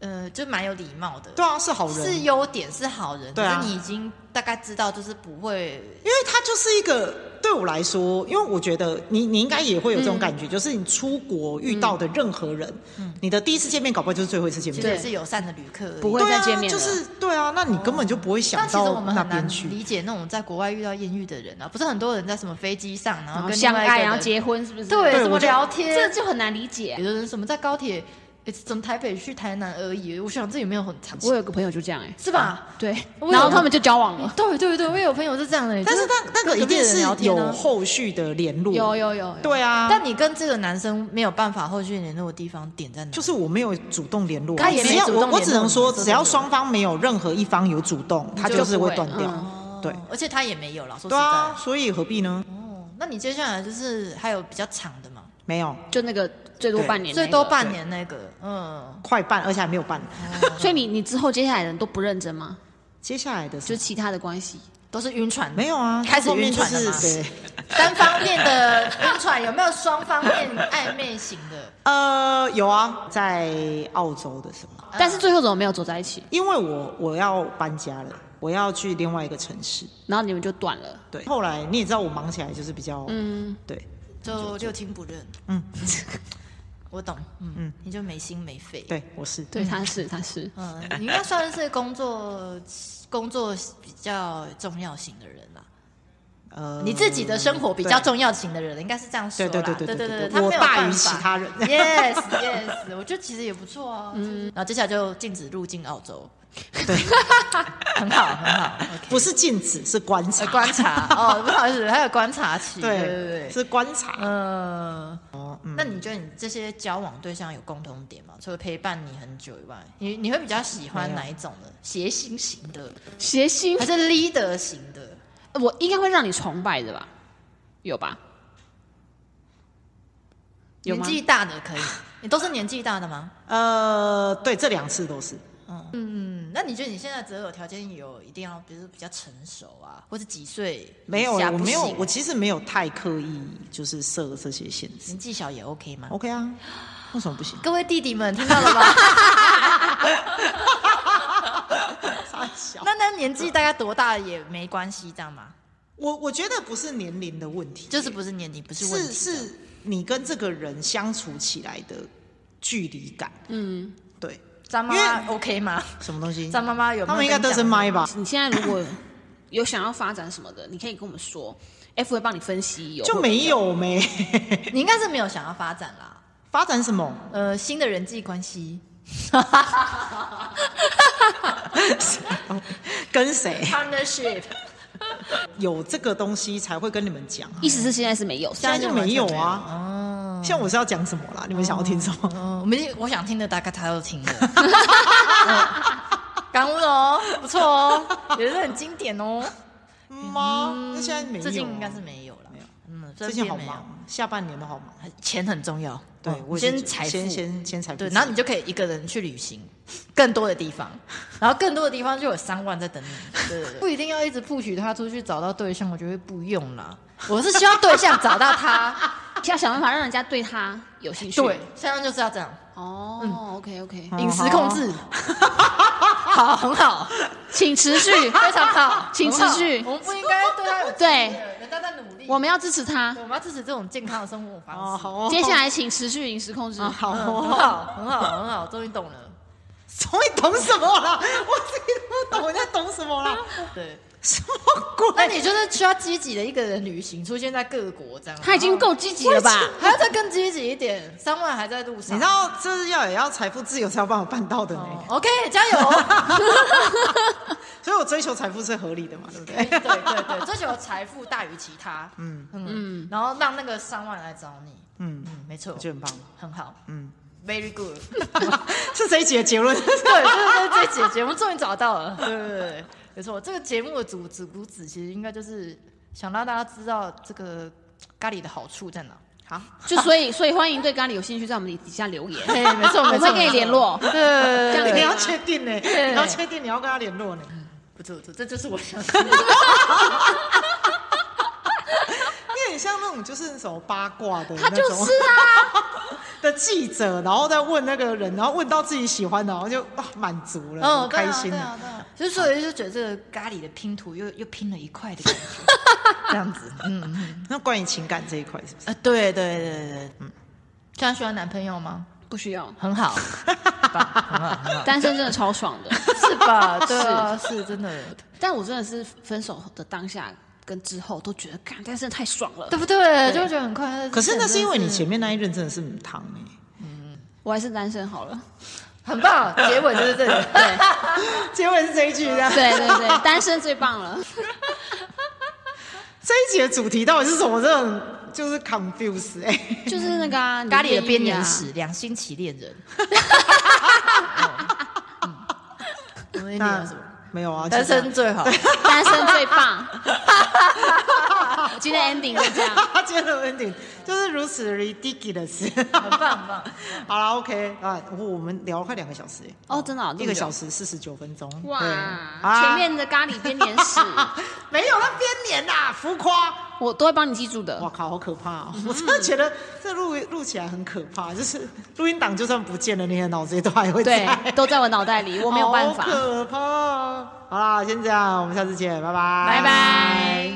[SPEAKER 1] 呃，就蛮有礼貌的。
[SPEAKER 3] 对啊，是好人，
[SPEAKER 1] 是优点，是好人，
[SPEAKER 3] 对
[SPEAKER 1] 可
[SPEAKER 3] 啊
[SPEAKER 1] 是你已经大概知道，就是不会
[SPEAKER 3] 因为它就是一个对我来说，因为我觉得你你应该也会有这种感觉，
[SPEAKER 1] 嗯
[SPEAKER 3] 就是你出国遇到的任何人，你的第一次见面搞不好就是最后一次见
[SPEAKER 1] 其
[SPEAKER 3] 面，
[SPEAKER 1] 实也
[SPEAKER 2] 对
[SPEAKER 1] 嗯是友善的旅客而已，
[SPEAKER 2] 不会
[SPEAKER 3] 对
[SPEAKER 2] 再
[SPEAKER 3] 啊，
[SPEAKER 2] 见面了
[SPEAKER 3] 就是对啊，那你根本就不会想
[SPEAKER 1] 但哦其实我
[SPEAKER 3] 到
[SPEAKER 1] 们
[SPEAKER 3] 那
[SPEAKER 1] 很难
[SPEAKER 3] 边去。
[SPEAKER 1] 理解那种在国外遇到艳遇的人啊，不是很多人在什么飞机上，然
[SPEAKER 2] 然
[SPEAKER 1] 后
[SPEAKER 2] 后
[SPEAKER 1] 跟
[SPEAKER 2] 相爱，然
[SPEAKER 1] 然
[SPEAKER 2] 后结婚，是不是？
[SPEAKER 1] 对
[SPEAKER 3] 啊对
[SPEAKER 1] 什么
[SPEAKER 3] 我就
[SPEAKER 1] 聊
[SPEAKER 2] 这
[SPEAKER 1] 天，啊
[SPEAKER 2] 就很难理解
[SPEAKER 1] 有。的人什么在高铁，诶从台北去台南而已，我想这也没有很长，
[SPEAKER 2] 我有个朋友就这样，哎，
[SPEAKER 1] 是吧？
[SPEAKER 2] 对，
[SPEAKER 1] 我有
[SPEAKER 2] 然后他们就交往了。
[SPEAKER 1] 对对对，我也有朋友是这样的，
[SPEAKER 3] 啊但是
[SPEAKER 1] 就
[SPEAKER 3] 那那个
[SPEAKER 1] 跟
[SPEAKER 3] 一
[SPEAKER 1] 隔壁
[SPEAKER 3] 定
[SPEAKER 1] 的人
[SPEAKER 3] 是
[SPEAKER 1] 聊天啊
[SPEAKER 3] 有后续的联络，
[SPEAKER 2] 有有有，有，
[SPEAKER 3] 对啊，
[SPEAKER 1] 但你跟这个男生没有办法后续联络的地方点在哪？
[SPEAKER 3] 就是我没有主动联络啊，
[SPEAKER 1] 他也没
[SPEAKER 3] 只要
[SPEAKER 1] 主动联
[SPEAKER 3] 我
[SPEAKER 1] 络
[SPEAKER 3] 我只能说，
[SPEAKER 1] 你
[SPEAKER 3] 只要双方没有任何一方有主动，他
[SPEAKER 2] 就
[SPEAKER 3] 就是
[SPEAKER 2] 不
[SPEAKER 3] 会
[SPEAKER 2] 会
[SPEAKER 3] 断掉。
[SPEAKER 1] 哦
[SPEAKER 3] 对，
[SPEAKER 1] 而嗯且他也没有啦，说实在
[SPEAKER 3] 对啊，
[SPEAKER 1] 的，
[SPEAKER 3] 所以何必呢？
[SPEAKER 1] 哦，那你接下来就是还有比较长的嘛？
[SPEAKER 3] 没有，
[SPEAKER 2] 就那个最多
[SPEAKER 3] 对
[SPEAKER 2] 半年、
[SPEAKER 1] 最多。半年那个，嗯，
[SPEAKER 3] 快办，而且还没有办。
[SPEAKER 2] 所以你你之后接下来的人都不认真吗？
[SPEAKER 3] 接下来
[SPEAKER 2] 就
[SPEAKER 3] 的
[SPEAKER 2] 是是其他的关系，
[SPEAKER 1] 都是晕船，
[SPEAKER 3] 没有啊，
[SPEAKER 1] 开始
[SPEAKER 3] 后面
[SPEAKER 1] 晕
[SPEAKER 3] 就
[SPEAKER 1] 船了
[SPEAKER 3] 是
[SPEAKER 1] 吗
[SPEAKER 3] 对，
[SPEAKER 1] 单方面的 晕船，有没有双方面暧昧型的？
[SPEAKER 3] 呃，有啊，在澳洲的时候，
[SPEAKER 2] 但是最后怎么没有走在一起？
[SPEAKER 3] 因为我我要搬家了，我要去另外一个城市。
[SPEAKER 2] 然后你们就断了。
[SPEAKER 3] 对，后来你也知道我忙起来就是比较，
[SPEAKER 2] 嗯，
[SPEAKER 3] 对，
[SPEAKER 1] 就六亲不认。
[SPEAKER 3] 嗯，
[SPEAKER 1] 我懂。嗯嗯，你就没心没肺。
[SPEAKER 3] 对我是
[SPEAKER 2] 对，他是他是，
[SPEAKER 1] 嗯，你应该算是工作工作比较重要型的人啦。
[SPEAKER 3] 呃
[SPEAKER 1] 你自己的生活比较
[SPEAKER 3] 对
[SPEAKER 1] 重要型的人，应该是这样说啦。
[SPEAKER 3] 对
[SPEAKER 1] 对
[SPEAKER 3] 对对
[SPEAKER 1] 对
[SPEAKER 3] 对对对
[SPEAKER 1] 他
[SPEAKER 3] 我
[SPEAKER 1] 没有
[SPEAKER 3] 大于
[SPEAKER 1] 办
[SPEAKER 3] 其
[SPEAKER 1] 法
[SPEAKER 3] 他人
[SPEAKER 1] yes yes，我觉得其实也不错啊。嗯，然后接下来就禁止入境澳洲。对， 很好很好。OK
[SPEAKER 3] 不是禁止，是观察，
[SPEAKER 1] 呃观察哦，不好意思，还有观察期。
[SPEAKER 3] 对
[SPEAKER 1] 对对对。
[SPEAKER 3] 是观察。
[SPEAKER 1] 嗯，
[SPEAKER 3] 哦
[SPEAKER 1] 那你觉得你这些交往对象有共同点吗？除了陪伴你很久以外，你你会比较喜欢哪一种的？谐星型的，
[SPEAKER 2] 谐星
[SPEAKER 1] 还，是 leader 型的？
[SPEAKER 2] 呃我应该会让你崇拜的吧？有吧？有
[SPEAKER 1] 年
[SPEAKER 2] 吗？
[SPEAKER 1] 纪大的可以， 你都是年纪大的吗？
[SPEAKER 3] 呃，对，这两次都是。
[SPEAKER 1] 嗯，那你觉得你现在择偶条件有一定要，比如说比较成熟啊，或是几岁？
[SPEAKER 3] 没有，我没有，我
[SPEAKER 1] 我
[SPEAKER 3] 其实没有太刻意就是设这些限制。
[SPEAKER 1] 年纪小也 OK 吗？
[SPEAKER 3] OK 啊，为什么 不行？
[SPEAKER 1] 各位弟弟们听到了 吗？
[SPEAKER 3] 傻小
[SPEAKER 1] 那那年纪大概多大也没关系，这样吗？
[SPEAKER 3] 我我觉得不是年龄的问题，
[SPEAKER 1] 就是不是年龄不是问题
[SPEAKER 3] 是
[SPEAKER 1] 的，
[SPEAKER 3] 是你跟这个人相处起来的距离感。
[SPEAKER 2] 嗯，
[SPEAKER 3] 对，
[SPEAKER 1] 张妈妈 OK 吗？
[SPEAKER 3] 什么东西？
[SPEAKER 1] 张妈妈有没有
[SPEAKER 3] 嗯他们应该
[SPEAKER 1] 跟
[SPEAKER 3] 都
[SPEAKER 1] 你
[SPEAKER 3] 是
[SPEAKER 1] 讲过
[SPEAKER 3] 麦吧？
[SPEAKER 2] 你现在如果 有想要发展什么的，你可以跟我们说，F 会帮你分析有
[SPEAKER 3] 就没有没
[SPEAKER 1] 你应该是没有想要发展啦，
[SPEAKER 3] 发展什么？
[SPEAKER 1] 呃，新的人际关系，
[SPEAKER 3] 跟谁
[SPEAKER 1] partnership，
[SPEAKER 3] 有这个东西才会跟你们讲啊、
[SPEAKER 2] 意思是现在是没有，
[SPEAKER 3] 现在就没有啊。
[SPEAKER 1] 哦，
[SPEAKER 3] 像我是要讲什么啦？你们想要听什么？
[SPEAKER 1] 嗯，我们我想听的大概他都听了，呃感悟了哦，不错哦，也是很经典哦，
[SPEAKER 3] 吗？那现在嗯没
[SPEAKER 1] 嗯
[SPEAKER 3] 有啊，
[SPEAKER 1] 最近应该是没有了，
[SPEAKER 3] 没有
[SPEAKER 1] 嗯，
[SPEAKER 3] 最近好忙，下半年都好忙。
[SPEAKER 1] 最近没有，钱很重要，
[SPEAKER 3] 对，
[SPEAKER 1] 嗯
[SPEAKER 3] 我也是
[SPEAKER 1] 哎先
[SPEAKER 3] 觉得
[SPEAKER 1] 财富，
[SPEAKER 3] 先先先财富
[SPEAKER 1] 对，
[SPEAKER 3] 自由，
[SPEAKER 1] 然后你就可以一个人去旅行，更多的地方，然后更多的地方就有三万在等你。对对对，不一定要一直 push 他出去找到对象，我觉得不用啦。我是希望对象找到他，
[SPEAKER 2] 要想办法让人家对他有兴趣。
[SPEAKER 1] 对，，现在就是要这样，
[SPEAKER 2] 哦、o k OK，
[SPEAKER 3] 嗯
[SPEAKER 1] 饮食控制，好，很好，
[SPEAKER 2] 请持 续，
[SPEAKER 1] 非常好，
[SPEAKER 2] 请
[SPEAKER 1] 很好
[SPEAKER 2] 持续
[SPEAKER 1] 我们不应该对他有期
[SPEAKER 2] 对
[SPEAKER 1] 待人家在努力，
[SPEAKER 2] 我们要支持他
[SPEAKER 1] 对。我们要支持这种健康的生活
[SPEAKER 3] 哦
[SPEAKER 1] 方式
[SPEAKER 3] 好。哦，
[SPEAKER 2] 接下来请持续饮食控制。
[SPEAKER 3] 哦好
[SPEAKER 1] 嗯很
[SPEAKER 3] 哦，
[SPEAKER 1] 好，很好，很好，终于懂了。
[SPEAKER 3] 终于懂什么了？我自己都不懂，我在懂什么了？
[SPEAKER 1] 对，
[SPEAKER 3] 什么鬼？
[SPEAKER 1] 那你就是需要积极的一个人旅行，出现在各国这样。哦
[SPEAKER 2] 他已经够积极了吧？
[SPEAKER 1] 还要再更积极一点，三万还在路
[SPEAKER 3] 你
[SPEAKER 1] 上。
[SPEAKER 3] 知道这是要也要财富自由才有办法办到的
[SPEAKER 1] 哦
[SPEAKER 3] 呢，
[SPEAKER 1] OK，加油！
[SPEAKER 3] 所以我追求财富是合理的嘛，对不
[SPEAKER 1] 对对
[SPEAKER 3] 对？
[SPEAKER 1] 对对，追求财富大于其他，
[SPEAKER 3] 嗯
[SPEAKER 1] 嗯，然后让那个三万来找你，
[SPEAKER 3] 嗯，
[SPEAKER 1] 嗯，没错
[SPEAKER 3] 我，觉得很棒，
[SPEAKER 1] 很好
[SPEAKER 3] 嗯，
[SPEAKER 1] ，very good。
[SPEAKER 3] 是这一集的结 论。
[SPEAKER 1] 对对对，这节节目终于找到了， 对对对，没错。这个节目的主旨主旨其实应该就是想让大家知道这个咖喱的好处在哪。 好，
[SPEAKER 2] 就所以，所以欢迎对咖喱有兴趣，在我们底下留言。
[SPEAKER 1] 嘿，没错，
[SPEAKER 2] 我
[SPEAKER 1] 没
[SPEAKER 2] 们
[SPEAKER 1] 错，
[SPEAKER 2] 会跟你联络
[SPEAKER 1] 没错。对对对对对
[SPEAKER 2] 这
[SPEAKER 1] 对
[SPEAKER 2] 样
[SPEAKER 3] 你要确定呢，
[SPEAKER 1] 对
[SPEAKER 3] 你要确定你要跟他联络呢。
[SPEAKER 1] 不错不错，这就是我想说的。
[SPEAKER 3] 你很像那种就是什么八卦的
[SPEAKER 2] 他
[SPEAKER 3] 那
[SPEAKER 2] 就
[SPEAKER 3] 种
[SPEAKER 2] 是啊，
[SPEAKER 3] 的记者，然后再问那个人，然后问到自己喜欢的，然后就哇满足了，
[SPEAKER 1] 嗯，
[SPEAKER 3] 很开心
[SPEAKER 1] 对
[SPEAKER 3] 了。
[SPEAKER 1] 啊，对啊，对啊所以所以就觉得这个咖喱的拼图又又拼了一块的感觉， 这样子，嗯，嗯
[SPEAKER 3] 那关于情感这一块是啊不是？
[SPEAKER 1] 呃，对对对对对，嗯，现在需要男朋友 吗？
[SPEAKER 2] 不需要，
[SPEAKER 1] 很好，
[SPEAKER 3] 嗯
[SPEAKER 2] 单身真的超爽的。
[SPEAKER 1] 是吧？对啊，是真的，
[SPEAKER 2] 但我真的是分手的当下跟之后都觉得，干，但是太爽了
[SPEAKER 1] 对。不对？就会觉得很快乐。
[SPEAKER 3] 可是那是因为你前
[SPEAKER 1] 面
[SPEAKER 3] 面那一任真的是母汤哎、
[SPEAKER 2] 我还是单身好了。
[SPEAKER 1] 很 棒，结尾就是这里。
[SPEAKER 2] 对
[SPEAKER 3] 结尾是这一句的。
[SPEAKER 2] 对对对，单身最棒了。
[SPEAKER 3] 这一集的主题到底是什么？这种就是 confuse 哎、
[SPEAKER 2] 就是那个、啊、
[SPEAKER 1] 咖喱的编年
[SPEAKER 2] 年
[SPEAKER 1] 史，两星期恋人。嗯嗯，我们那
[SPEAKER 3] 嗯那啊
[SPEAKER 1] 有什么？
[SPEAKER 3] 没有啊，
[SPEAKER 1] 单
[SPEAKER 3] 就这 样
[SPEAKER 1] 身最好，
[SPEAKER 2] 单身最棒。我今天 ending 就这样，
[SPEAKER 3] 接着 ending 就是如此 ridiculous。
[SPEAKER 1] 很棒很棒。
[SPEAKER 3] 好了，OK 啊，我们聊了快两个小时耶，
[SPEAKER 2] 哦真的哦这么久
[SPEAKER 3] 一个小时四十九分钟，
[SPEAKER 2] 哇
[SPEAKER 3] 对，
[SPEAKER 2] 前面的咖喱编年 史，
[SPEAKER 3] 啊没有那编年呐，浮夸。
[SPEAKER 2] 我都会帮你记住的
[SPEAKER 3] 哇。靠，好可怕、
[SPEAKER 2] 嗯
[SPEAKER 3] 哦！我真的觉得这录录起来很可怕，就是录音档就算不见了，你的脑子也都还会
[SPEAKER 2] 对
[SPEAKER 3] 在，，
[SPEAKER 2] 都在我脑袋里，我没有办法
[SPEAKER 3] 好。可怕。好啦，先这样，我们下次见，拜拜，
[SPEAKER 2] 拜拜。